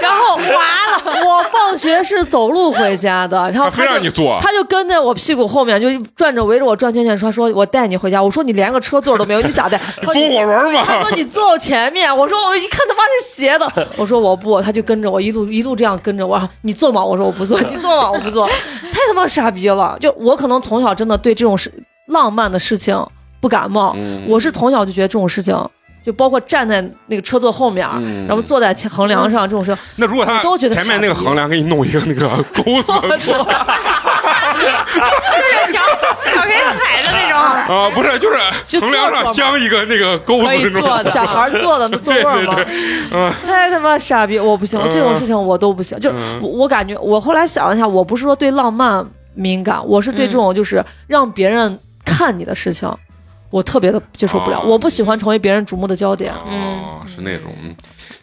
然后 完了。我放学是走路回家的，然后
他
他
非让
就
你坐，
他就跟在我屁股后面，就转着围着我转圈圈，说说我带你回家。我说你连个车座都没有，你 咋带？他说
风火轮
他
嘛
说。你坐我前面，我说我一看他妈是斜的，我说我不，他就跟着我一路一路这样跟着我，你坐吗？我说我不 坐，你坐吗？我不坐，太他妈傻逼了！就我可能从小真的对这种事浪漫的事情不感冒，
嗯
我是从小就觉得这种事情就包括站在那个车座后面儿，啊
嗯
然后坐在前横梁上这种事，
那如果他
我都觉得
前面那个
傻逼
横梁给你弄一个那个钩子
就是脚脚可以踩着 那种。
啊，不是，就是
就
横梁
坐
上
坐
镶一个那个 钩子
可以
那
坐
种
的， 小孩儿坐的那座位儿嘛，
对
太他妈傻逼，我不行，这种事情我都不行。就是
嗯
我我感觉，我后来想了一下，我不是说对浪漫敏感，我是对这种就是让别人看你的事情，我特别的接受不了。
哦
我不喜欢成为别人瞩目的焦点。
哦，是那种。
嗯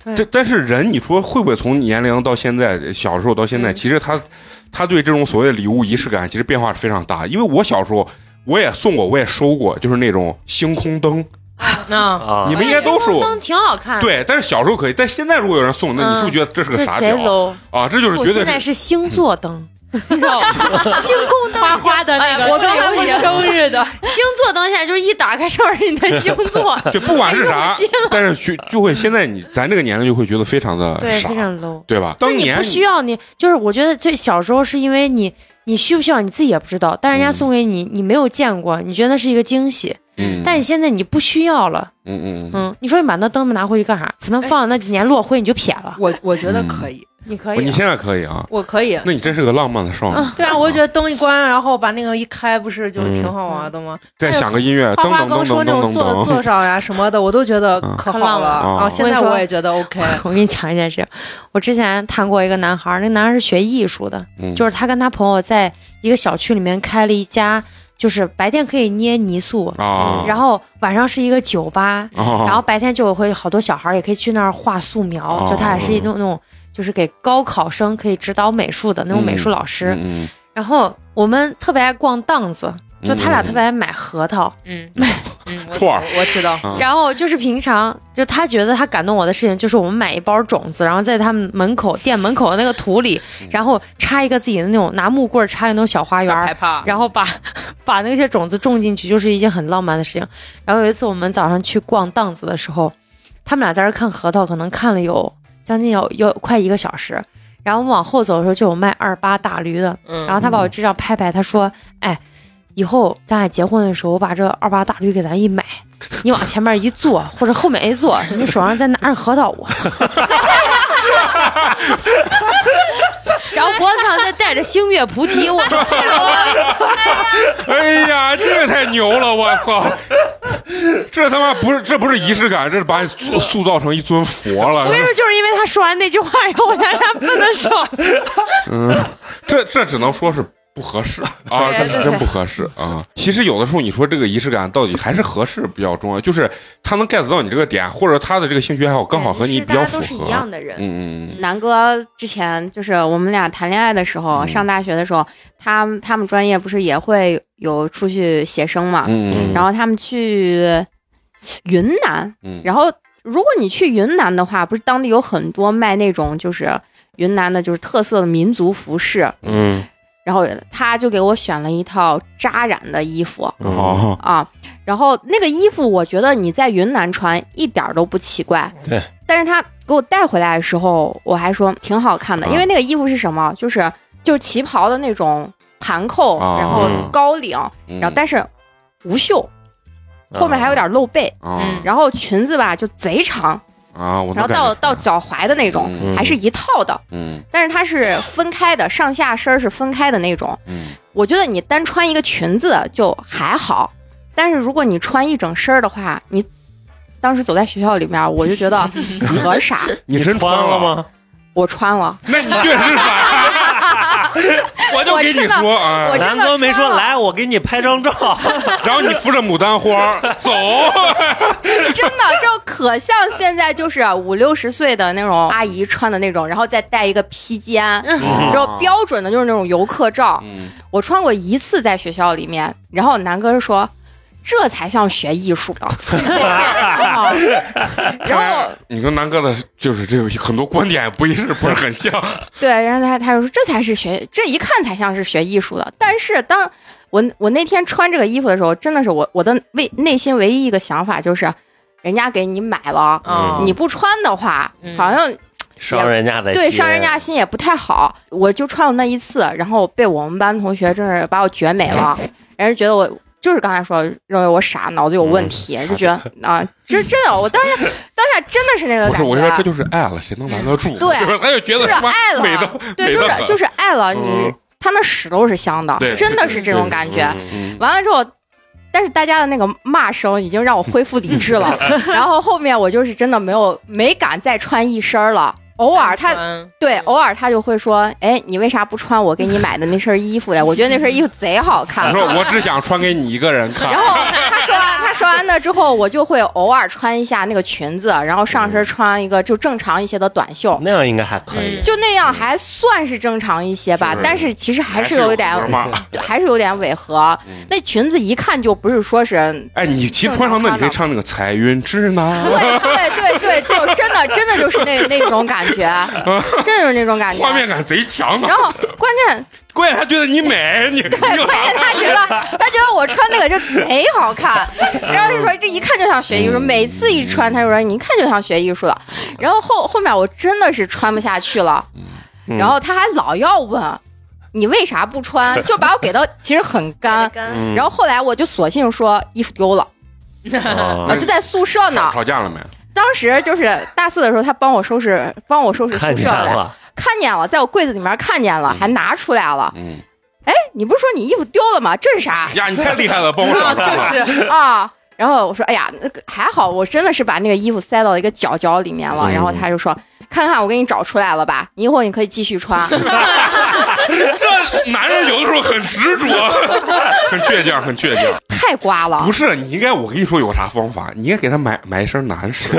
对
但但是人，你说会不会从年龄到现在，小时候到
嗯
现在，其实他他对这种所谓礼物仪式感，其实变化是非常大。因为我小时候我也送过，我也收过，就是那种星空灯，
嗯
哦
那
啊
你，们应该都收
星
过
空。灯挺好看，，
对，但是小时候可以，但现在如果有人送，那你是不是觉得这是
嗯就
个
是
傻
贼
屌
low。
啊？这就是
我
绝
现
对
在
是
是星座灯，你知道吗星空灯，花花
哎
的那
我刚才过生日的，
星座灯现在就是一打开上面是你的星座，
就不管是啥
太 用心，
但是去就会现在你咱这个年龄就会觉得非常的
对，
傻
非，常 low。
对吧？
但
当
你
年
不需要你，就是我觉得最小时候是因为你，你需不需要你自己也不知道，但人家
嗯
送给你，你没有见过，你觉得那是一个惊喜，
嗯，
但你现在你不需要了，
嗯嗯嗯
嗯，你说你把那灯拿回去干啥？可能放那几年落灰你就撇了，
我我觉得可以，
你嗯可嗯
不你现在可以啊，
我可以。
那你真是个浪漫的少女。
对啊，我就觉得灯一关，然后把那个一开，不是就挺好玩的吗？
再想个音乐，
花
噔
花
噔
刚
噔
说
噔
那种
噔
坐
噔
坐上呀什么的，我都觉得
嗯
可
可
好
浪
了
了
啊
啊！现在我也觉得 OK。
我跟你讲一件事情，我之前谈过一个男孩儿，那男孩儿是学艺术的，
噔，
就是是他跟他朋友在一个小区里面开了一家，就是白天可以捏泥塑，
啊，
然后晚上是一个酒吧，
后
然后白天就会好多小孩儿也可以去那儿画素描，
哦
就他俩是一种那种就是给高考生可以指导美术的那种美术老师。
嗯
然后我们特别爱逛档子，就他俩特
啊
别爱买核桃。
哦
嗯
嗯串儿，
我知道，
嗯
然后就是平常，就他觉得他感动我的事情，就是我们买一包种子，然后在他们门口店门口的那个土里，
嗯
然后插一个自己的那种拿木棍儿插一个那种小
啊
花园儿，
怕
然后把把那些种子种进去，就是一件很浪漫的事情。然后有一次我们早上去逛档子的时候，他们俩在这儿看核桃，可能看了有将近有有快一个小时。然后我们往后走的时候，就有卖二八大驴的，
嗯
然后他把我支上拍拍，他说：“哎，以后咱俩结婚的时候，我把这二八大驴给咱一买，你往前面一坐，或者后面一坐，你手上再拿着核桃，我操！” 然后脖子上再戴着星月菩提，我操！
哎呀，这个太牛了，我操！ 这他妈不是，这不是仪式感，这是把你塑塑造成一尊佛了
我。跟你说，就是因为他说完那句话以后，我俩俩分的手。
嗯这这只能说是不合适啊，这是真不合适啊。其实有的时候你说这个仪式感到底还是合适比较重要，就是他能 get 到你这个点，或者他的这个兴趣爱好刚好和你比较符
是
合
一。样的人，
嗯嗯
南哥之前就是我们俩谈恋爱的时候，
嗯
上大学的时候，他们他们专业不是也会有出去写生嘛？
嗯嗯，
然后他们去云南，
嗯
然后如果你去云南的话，不是当地有很多卖那种就是云南的就是特色的民族服饰，
嗯，
然后他就给我选了一套扎染的衣服
嗯
然
哦
后
啊，然后那个衣服我觉得你在云南穿一点儿都不奇怪，
对，
但是他给我带回来的时候，我还说挺好看的，
啊
因为那个衣服是什么，就是就是旗袍的那种盘扣，
啊嗯
然后高领，然后但是无袖，后面还有点露背，
啊
然后裙子吧就贼长，
啊，我
嗯然后到到脚踝的那种，
嗯
还是一套的，
嗯
但是它是分开的，上下身是分开的那种。
嗯
我觉得你单穿一个裙子就还好，但是如果你穿一整身儿的话，你当时走在学校里面，我就觉得可傻。
你真
穿了？吗？
我穿了，
那你确实傻。 我就跟你说啊，
我真的
南哥没
穿
说
了
来，我给你拍张照。
然后你扶着牡丹花儿走，
真的就可像现在就是五六十岁的那种阿姨穿的那种，然后再戴一个披肩，然后标准的就是那种游客照。
嗯
我穿过一次在学校里面，然后南哥就说。这才像学艺术的， 然后
哎你跟南哥的，就是这有很多观点不一致，不是很像。
对，然后他他就说这才是学，这一看才像是学艺术的。但是当我我那天穿这个衣服的时候，真的是我我的内内心唯一一个想法就是，人家给你买了，
嗯
啊，
哦你不穿的话，好像
伤人家的
对
心
伤人家心也不太好。我就穿了那一次，然后被我们班同学真是把我绝美了，人家觉得我就是刚才说认为我傻，脑子有问题，就觉得啊，这真的，我当时当下真的是那个
不是，
感觉，啊
我就说这就是爱了，谁能拦得住？
对
吧他就觉
就
得
是
他妈
爱
美
了
的，，
对，
美
就
得
是
很
就是爱了你
嗯，
他那屎都是香的
对，
真的是这种感觉。
嗯
完了之后，但是大家的那个骂声已经让我恢复理智 了。然后后面我就是真的没有没敢再穿一身儿了。偶尔他对，偶尔他就会说：“哎，你为啥不穿我给你买的那身衣服呀？我觉得那身衣服贼好
我
看。”
说我只想穿给你一个人
然
看，
后他说完，他说完了之后，我就会偶尔穿一下那个裙子，然后上身穿一个就正常一些的短袖，
那样应该还可以。
就那样还算是正常一些吧
是。
但是其实还是
有
有
点儿
点，嗯
嘛。
还是有点违和
嗯。
那裙子一看就不是 说是
哎，你其实穿上那，你可以唱那个《彩云之南》，
对对对，就真的真的就是那那种感 觉，真的就是那种感觉
画。面感贼强的
哎然。后关键
关键他觉得你美，你 你有啥？
他觉得他觉得我穿那个就贼好看，然后就说这一看就像学艺术，每次一穿他就说你一看就像学艺术的。然后后后面我真的是穿不下去了，
嗯
然后他还老要问你为啥不穿，就把我给到其实很干。
嗯
然后后来我就索性说衣服丢了，
啊
啊就在宿舍呢。
吵架了没？
当时就是大四的时候，他帮我收拾，帮我收拾宿
看
舍
见
的，
了，嗯
看见了，在我柜子里面看见了，还拿出来了。
嗯，
哎，你不是说你衣服丢了吗？这是啥
呀，你太厉害了，帮我找到了。
是
啊？然后我说，哎呀，那个还好，我真的是把那个衣服塞到一个角角里面了。
嗯
然后他就说，看看我给你找出来了吧，以后你可以继 续穿。
这男人有的时候很执着，很倔强，很倔强。
太瓜了
不，是，你应该，我跟你说有啥方法，你应该给他买买一身男士。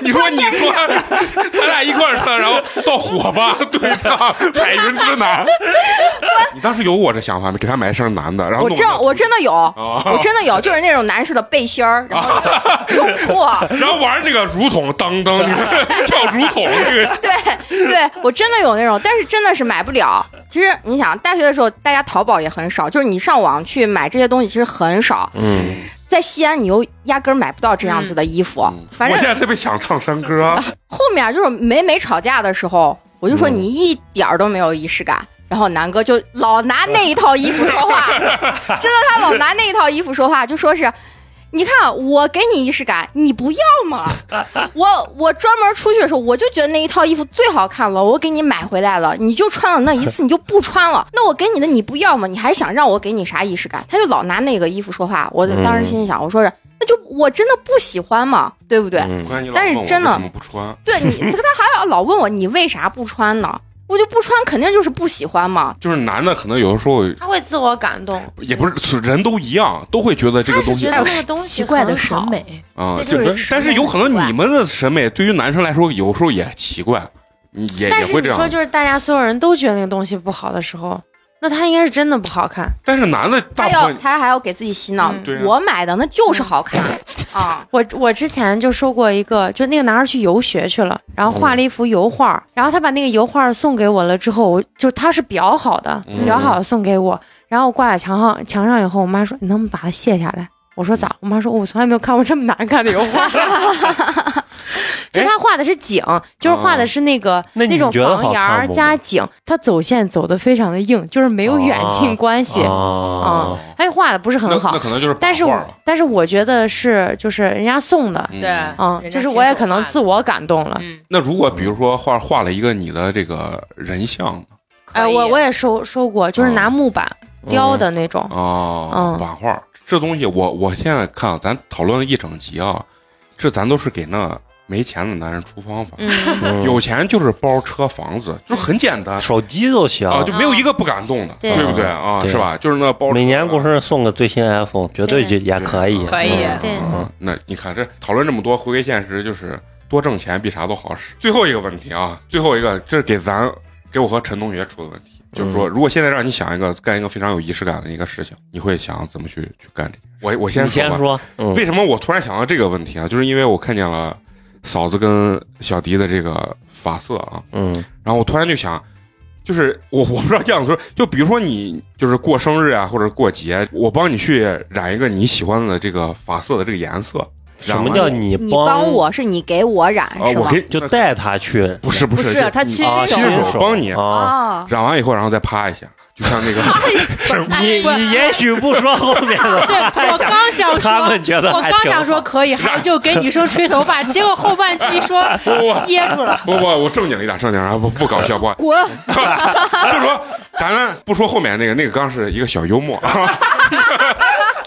你说，
关
你
键
说，咱俩一块儿穿，然后到火吧对上《彩云之南》。你当时有我这想法没？给他买一身男的，然后
我
弄
真
个
我真的有，
哦
我真的有，就是那种男士的背心儿，然后那个泳裤，
然后玩那个如桶当 当，你看跳如桶那个，
对对，我真的有那种，但是真的是买不了。其实你想，大学的时候大家淘宝也很少，就是你上网去买这些东西其实很少，
嗯，
在西安你又压根儿买不到这样子的衣服。反
嗯我
正
现在特别想唱山歌，
后面就是每每吵架的时候，我就说你一点儿都没有仪式感。然后南哥就老拿那一套衣服说话，真的，他老拿那一套衣服说话，就说是，你看我给你仪式感，你不要嘛。我我专门出去的时候，我就觉得那一套衣服最好看了，我给你买回来了，你就穿了那一次，你就不穿了。 那我给你的你不要嘛，你还想让我给你啥仪式感？他就老拿那个衣服说话，我当时心里想，我说是，那就我真的不喜欢嘛，对不对？
嗯
关键你老
但是
问我
真的
为什么不穿？
对你，他还要老问我你为啥不穿呢？我就不穿，肯定就是不喜欢嘛。
就是男的可能有的时候
他会自我感动，
嗯
也不是人都一样，都会觉得这个东西
他是觉得那个东西
奇怪的
很
审
好
美，
啊，
对
就
就是
跟
审
但是
美
有
很
可能
奇怪
你们的审美对于男生来说有时候也奇怪，你也
但
也
是
会
你
这
说
样。
就是大家所有人都觉得那个东西不好的时候，那它应该是真的不好看。
但是男的大
他
部
要
分
他还要给自己洗脑，
对啊
我买的那就是好看啊。
我我之前就收过一个，就那个男孩去游学去了，然后
嗯
画了一幅油画，然后他把那个油画送给我了之后，我就他是裱好的，
嗯
裱好的送给我，然后我挂在墙上墙上以后，我妈说你能不能把它卸下来？我
嗯
说咋？我妈说我从来没有看过这么难看的油画， 就他画的是景，就是画的是那个
哎哦那你
种
觉得
房
好看
檐儿
不哦
加景，他走线走的非常的硬，就是没有远近关系啊，
啊
嗯，他画的不是
那
很好
那，可能就是
但是
版
我
画了
但是我觉得是就是人家送的，
嗯
嗯，就是我也可能自我感动了。
嗯，
那如果比如说画画了一个你的这个人像
哎，
啊
我我也收收过，就是
嗯
拿木板雕的那种。
哦，
嗯
版画这东西我，我现在看啊咱讨论了一整集啊，这咱都是给那没钱的男人出方法，
嗯，
嗯
有钱就是包车房子，就是很简单
手机就行。
啊，就没有一个不敢动的，
对
不对啊？
对
是吧？就是那包车
每年过生日送个最新 iPhone，绝对就
对
也可以。
可以
嗯
对
嗯那你看这讨论这么多，回归现实就是多挣钱比啥都好使。最后一个问题啊，最后一个这是给咱给我和陈同学出的问题，
嗯
就是说，如果现在让你想一个干一个非常有仪式感的一个事情，你会想怎么去去干这件事？我我先
你先
吧
说，嗯
为什么我突然想到这个问题啊？就是因为我看见了嫂子跟小迪的这个发色啊，
嗯
然后我突然就想，就是我我不知道这样说，就比如说你就是过生日啊，或者过节，我帮你去染一个你喜欢的这个发色的这个颜色，
什么叫你
你帮我是你给我染
啊？
是
我
吗？
给
就带他去
不是不
不
是
是他
就
亲
啊，
手
亲手帮你
啊，
啊，，
染完以后，然后再趴一下。就像那个沈
哎
你
不
你也许不说后面 的，
对我刚想说，
他们觉得
我
还
刚
挺
想说
好
可以，还就给女生吹头发，结果后半句一说
不
噎住了。
不不，我正经了一点，正经啊，不不搞笑话
滚！
就说咱不说后面那个，那个刚是一个小幽默，啊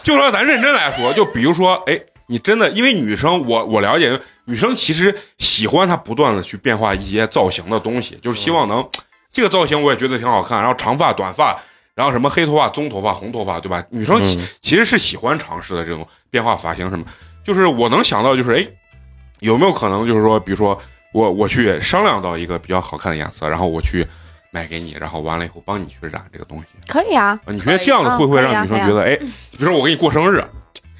就说咱认真来说，就比如说，哎，你真的因为女生，我我了解，女生其实喜欢她不断的去变化一些造型的东西，就是希望能、这个造型我也觉得挺好看，然后长发、短发。然后什么黑头发、棕头发、红头发，对吧？女生其,、
嗯
其实是喜欢尝试的这种变化发型什么，就是我能想到就是哎，有没有可能就是说，比如说我我去商量到一个比较好看的颜色，然后我去买给你，然后完了以后帮你去染这个东西。
可以啊，
啊你觉得这样
可
的
以
会不会
嗯可以啊
让女生
可以啊
觉得，哎，比如说我给你过生日，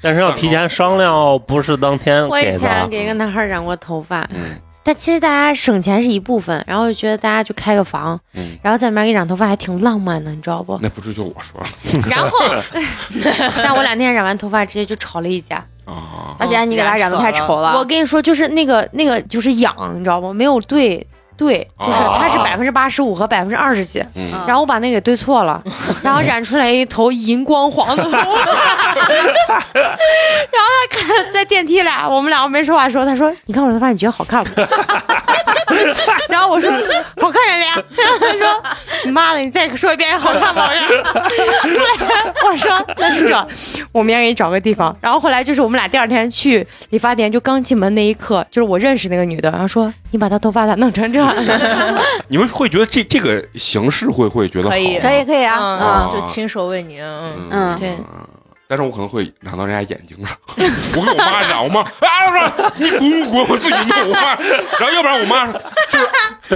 但是要提前商量哦，不是当天
我以
给
前
的。
给一个男孩染过头发，
嗯
但其实大家省钱是一部分，然后就觉得大家去开个房，
嗯，
然后在那边给染头发还挺浪漫的，你知道不？
嗯
那不是就我说了
然后， 但我俩那天染完头发直接就吵了一架。
啊？
而且你给他染的太丑了。
我跟你说，就是那个那个就是痒，你知道吗？没有对对，就是
哦
它是百分之八十五和百分之二十几。
嗯
嗯
然后我把那个给对 错了，然后染出来一头银光黄的头发，然后他看在电梯里，我们两个没说话的时候，他说：“你看我的头发，你觉得好看吗？” 然后我说：“好看人 俩。”他说：“你妈的，你再说一遍好看吗？” 我我说：“那是这，我明天给你找个地方。”然后后来就是我们俩第二天去理发店，就刚进门那一刻，就是我认识那个女的，然后说：“你把她头发咋弄成这样？”
你们会觉得这这个形式会会觉得好
可以
吗
可以可以啊，
啊
嗯，就亲手为你，嗯，
嗯
对。
但是我可能会染到人家眼睛上， 我跟我妈染，我妈啊，我说你滚滚，我自己弄，我妈，然后要不然我妈就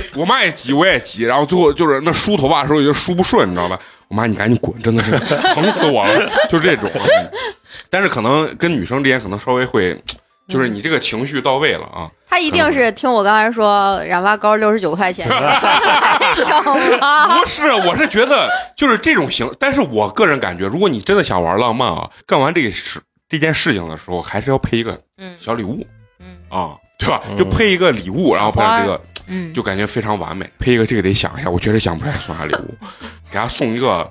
是我妈也急，我也急，然后最后就是那梳头发的时候也就梳不顺，你知道吧？我妈，你赶紧滚，真的是疼死我了， 就这种。嗯但是可能跟女生之间可能稍微会，就是你这个情绪到位了啊，
他一定是听我刚才说染发膏六十九块钱， 省了
不。是，我是觉得就是这种形，但是我个人感觉，如果你真的想玩浪漫啊，干完这个事这件事情的时候，还是要配一个
嗯
小礼物，
嗯
啊，对吧？
嗯
就配一个礼物，然后配上这个，
嗯，
就感觉非常完美。配一个这个得想一下，我确实想不出来送啥礼物，给他送一个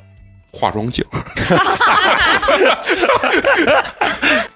化妆镜，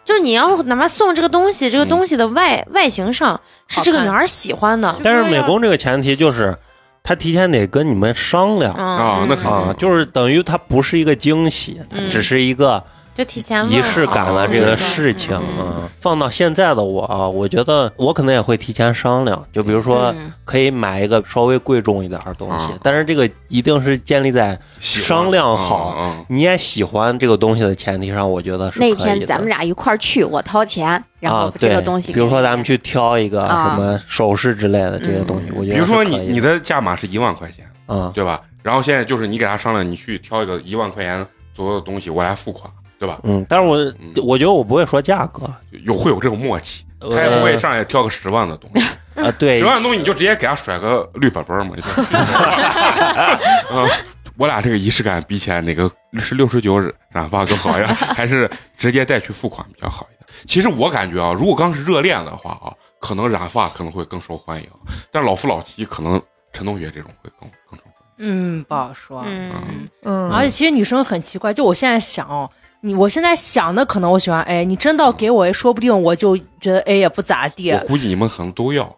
就是你要哪怕送这个东西，这个东西的外外形上是这个女孩喜欢的，
但是美工这个前提就是，他提前得跟你们商量
嗯
啊那肯定
啊，就是等于它不是一个惊喜，它
嗯
只是一个
就提前问
仪式感了
好
这
嗯
个事情啊。放到现在的我啊，我觉得我可能也会提前商量，就比如说
嗯
可以买一个稍微贵重一点的东西
啊，
但是这个一定是建立在
喜欢
商量
啊
好
啊
你也喜欢这个东西的前提上，我觉得是可以
那
的。
天咱们俩一块儿去，我掏钱，然后
啊
这
对，
个东西给你，
比如说咱们去挑一个
啊嗯
什么首饰之类的这些东西，我觉
比
得
如说
是
你
可以
你的价码是一万块钱，
啊，
对吧？然后现在就是你给他商量，你去挑一个一万块钱左右的东西，我来付款，对吧？
嗯，但是我
嗯
我觉得我不会说价格，
有会有这种默契，
呃
他也不会上来挑个十万的东西。
啊，对
十，万东西你就直接给他甩个绿本本儿 嘛。你说嗯，我俩这个仪式感比起来，哪个是六十九染发更好 呀？还是直接带去付款比较好一点？其实我感觉啊，如果刚是热恋的话啊，可能染发可能会更受欢迎，但老夫老妻可能陈同学这种会更更受欢
嗯，不好说。
嗯
嗯，
嗯，
而且其实女生很奇怪，就我现在想哦，你我现在想的可能我喜欢哎 A，你真到给我 A，说不定我就觉得 A 也不咋地
迎。。我估计你们可能都要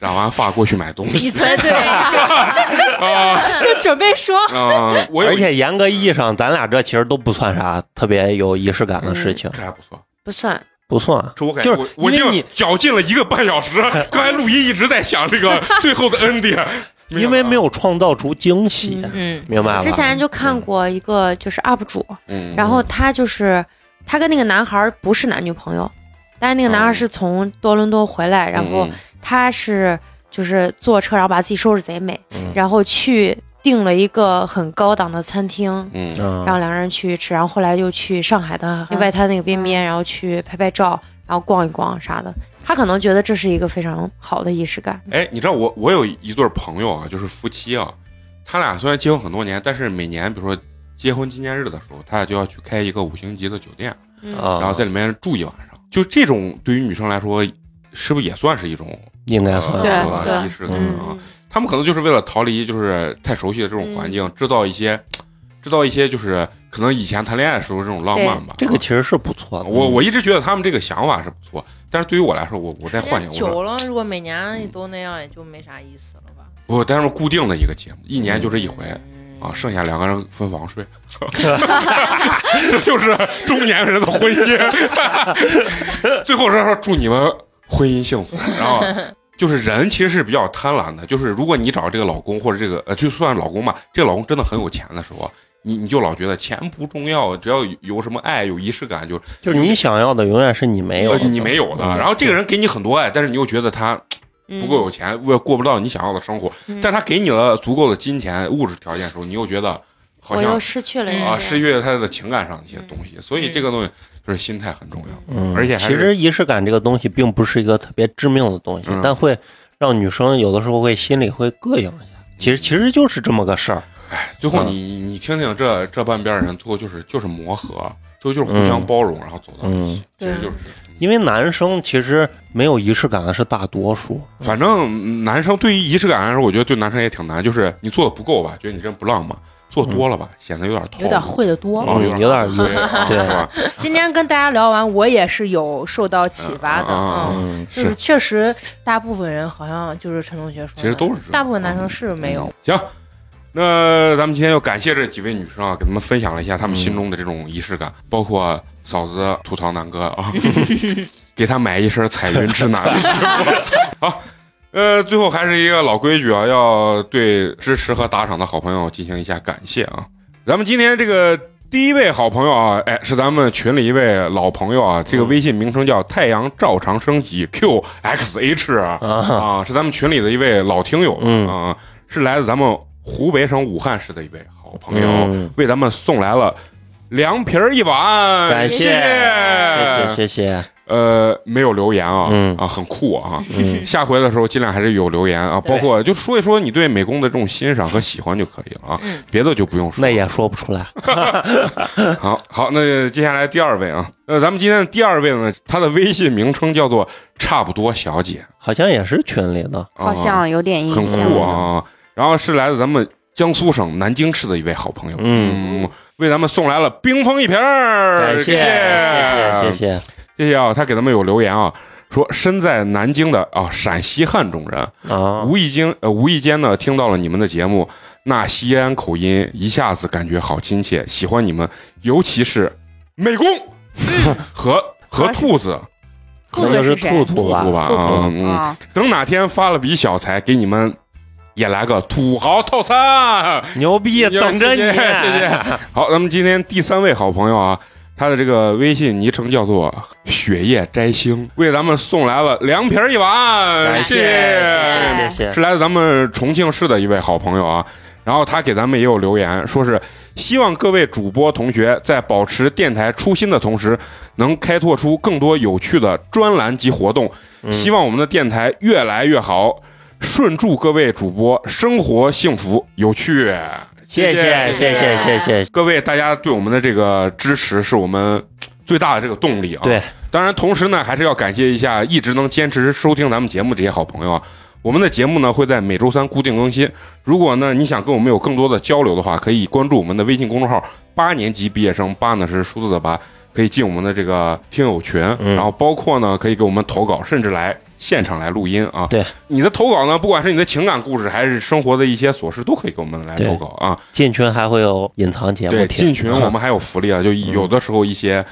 染完发过去买东 西
才对，
啊
就准备 说
啊！我有
而且严格意义上，咱俩这其实都不算啥特别有仪式感的事情，
嗯
这还不错。
不算，
不算。
这我感
就
觉
是
我我
因为
已
你
经绞尽了一个半小 时，刚才录音一直在想这个最后的 ending，
因为没有创造出惊喜，
嗯，
明白吧？
之前就看过一个就是 UP 主，
嗯，
然后他就是他跟那个男孩不是男女朋友，但是那个男孩是从多伦多回来，然
嗯
后他是就是坐车，然后把自己收拾贼美，
嗯
然后去订了一个很高档的餐厅，
嗯
嗯，
然后两个人去吃，然后后来又去上海的外滩那个边边，然后去拍拍照，然后逛一逛啥的。他可能觉得这是一个非常好的仪式感，
哎，你知道我我有一对朋友啊，就是夫妻啊，他俩虽然结婚很多年，但是每年比如说结婚纪念日的时候，他俩就要去开一个五星级的酒店，
啊，
然后在里面住一晚上。就这种对于女生来说，是不是也算是一种
应该
呃
算
对
是
是
吧
吧
算
仪式感
嗯
嗯啊？他们可能就是为了逃离就是太熟悉的这种环境，制造一些。制造一些就是可能以前谈恋爱时候这种浪漫吧。啊
这个嗯其实是不错的。
我我一直觉得他们这个想法是不错，但是对于我来说，我我在幻想我说
久了，如果每年都那样，也就没啥意思了吧？
我但是固定的一个节目，一年就这一回。
嗯
啊，剩下两个人分房睡， 这就是中年人的婚姻。 最后是说祝你们婚姻幸福。然后就是人其实是比较贪婪的，就是如果你找这个老公或者这个呃，就算老公吧，这个老公真的很有钱的时候，你你就老觉得钱不重要，只要有有什么爱、有仪式感，就
就是你想要的永远是你没有
呃
的，
你没有的。
嗯
然后这个人给你很多爱，但是你又觉得他
嗯
不够有钱，为过不到你想要的生活，
嗯
但他给你了足够的金钱、物质条件的时候，你又觉得好
我
像
又失去了一
啊，
嗯
些。
失去了他的情感上的一些东西，所以这个东西就是心态很重要。
嗯，
而且还
其
是
实仪式感这个东西并不是一个特别致命的东西，
嗯
但会让女生有的时候会心里会膈应一下。其实其实就是这么个事儿，
最后
嗯
你你听听这这半边人，最后就是就是磨合，最后就是互相
嗯
包容，然后走到一起，其
嗯
实就是
因为男生其实没有仪式感的是大多数。
反正男生对于仪式感来说，我觉得对男生也挺难，就是你做的不够吧，觉得你真不浪漫；做多了吧，显得有点套路，
嗯有点会的多。
哦，
嗯有点
对啊
对
是吧？
今天跟大家聊完，我也是有受到启发的
嗯嗯
啊、
嗯
嗯，
就是确实大部分人好像就是陈同学说
其
的，
实都是这样
大部分男生是没有。
嗯行。那咱们今天就感谢这几位女生啊，给他们分享了一下他们心中的这种仪式 感，包括嫂子吐槽南哥啊，给他买一身彩云之南。 好，呃，最后还是一个老规矩啊，要对支持和打赏的好朋友进行一下感谢啊。咱们今天这个第一位好朋友啊，哎，是咱们群里一位老朋友啊，这个微信名称叫太阳照常升起 QXH 啊，
啊，
啊，是咱们群里的一位老听友，
嗯
啊，是来自咱们湖北省武汉市的一位好朋友，
嗯
为咱们送来了凉皮儿一碗，
感谢
谢哎
谢谢谢谢，
呃，没有留言啊，
嗯
啊，很酷啊。
嗯，
下回的时候尽量还是有留言啊，
对
包括就说一说你对美工的这种欣赏和喜欢就可以了啊，
嗯
别的就不用说。
那也说不出来。
好好，那接下来第二位啊，那咱们今天的第二位呢，他的微信名称叫做差不多小姐，
好像也是群里的，
啊
好像有点印
很
象。
酷啊！然后是来自咱们江苏省南京市的一位好朋友，
嗯，
为咱们送来了冰封一瓶儿，
感谢谢谢谢
谢
谢
谢谢啊！他给咱们有留言啊，说身在南京的啊陕西汉中人，
啊，
无意间呃无意间呢听到了你们的节目，那西安口音一下子感觉好亲切，喜欢你们，尤其是美工
嗯
和和兔子
可能就是兔兔吧
兔。吧
兔兔
啊，嗯。
啊，
等哪天发了笔小财，给你们也来个土豪套餐，
牛逼，
要
等着你，
谢谢 谢 谢。好，咱们今天第三位好朋友啊，他的这个微信昵称叫做“雪夜摘星”，为咱们送来了凉皮儿一碗，
感
谢
谢
谢
谢谢
是来自咱们重庆市的一位好朋友啊。然后他给咱们也有留言，说是希望各位主播同学在保持电台初心的同时，能开拓出更多有趣的专栏及活动。
嗯
嗯希望我们的电台越来越好，顺祝各位主播生活幸福有趣。
谢谢谢谢谢谢，
各位大家对我们的这个支持是我们最大的这个动力啊。
对，
当然同时呢，还是要感谢一下一直能坚持收听咱们节目这些好朋友啊。我们的节目呢会在每周三固定更新。如果呢你想跟我们有更多的交流的话，可以关注我们的微信公众号“八年级毕业生”，八呢是数字的八，可以进我们的这个听友群，
嗯
然后包括呢可以给我们投稿，甚至来现场来录音啊。
对，
你的投稿呢，不管是你的情感故事还是生活的一些琐事，都可以给我们来
对
投稿啊。
进群还会有隐藏节目
对，
听，
进群我们还有福利啊，就
嗯
有的时候一些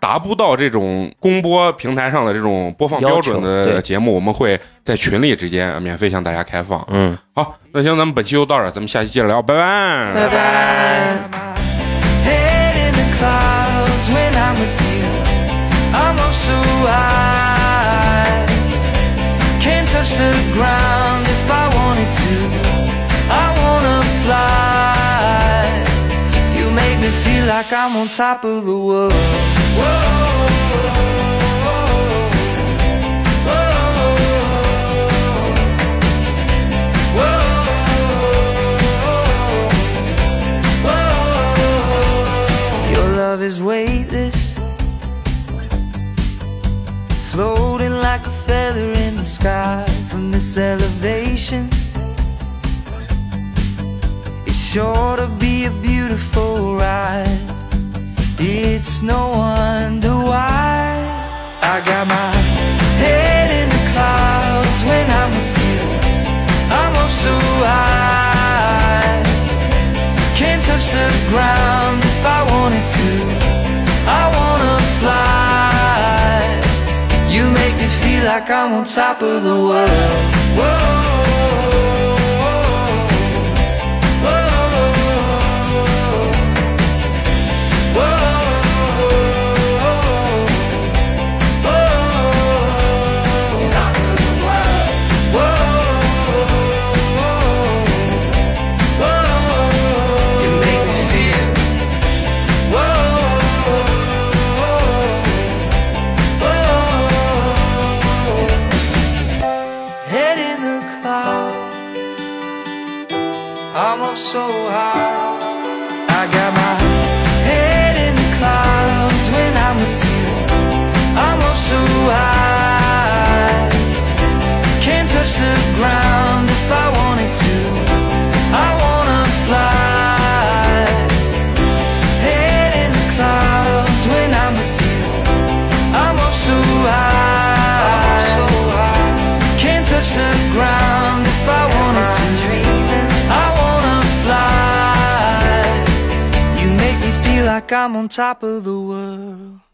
达不到这种公播平台上的这种播放标准
要求
的
对
节目，我们会在群里直接免费向大家开放。
嗯。
好，那行，咱们本期就到这儿，咱们下期接着聊，拜拜，
拜拜。
Head in the clouds when I'm with you. I'm up so high. Can't touch the ground if I wanted to. I wanna fly. You make me feel like I'm on top of the world. Your love is weightless, floating like a feather in the sky from this elevation. It sure to be a beautiful ride. It's no wonder why I got my head in the clouds when I'm with you. I'm up so high, can't touch the ground if I wanted to. I wanna fly. You make me feel like I'm on top of the world. Whoa. Head in the clouds. I'm up so high. I got my head in the clouds when I'm with you. I'm up so high. Can't touch the ground if I wanted to. I wanna fly. Head in the clouds when I'm with you. I'm up so high. Can't touch the ground if I wanted to. I wanna fly. You make me feel like I'm on top of the world.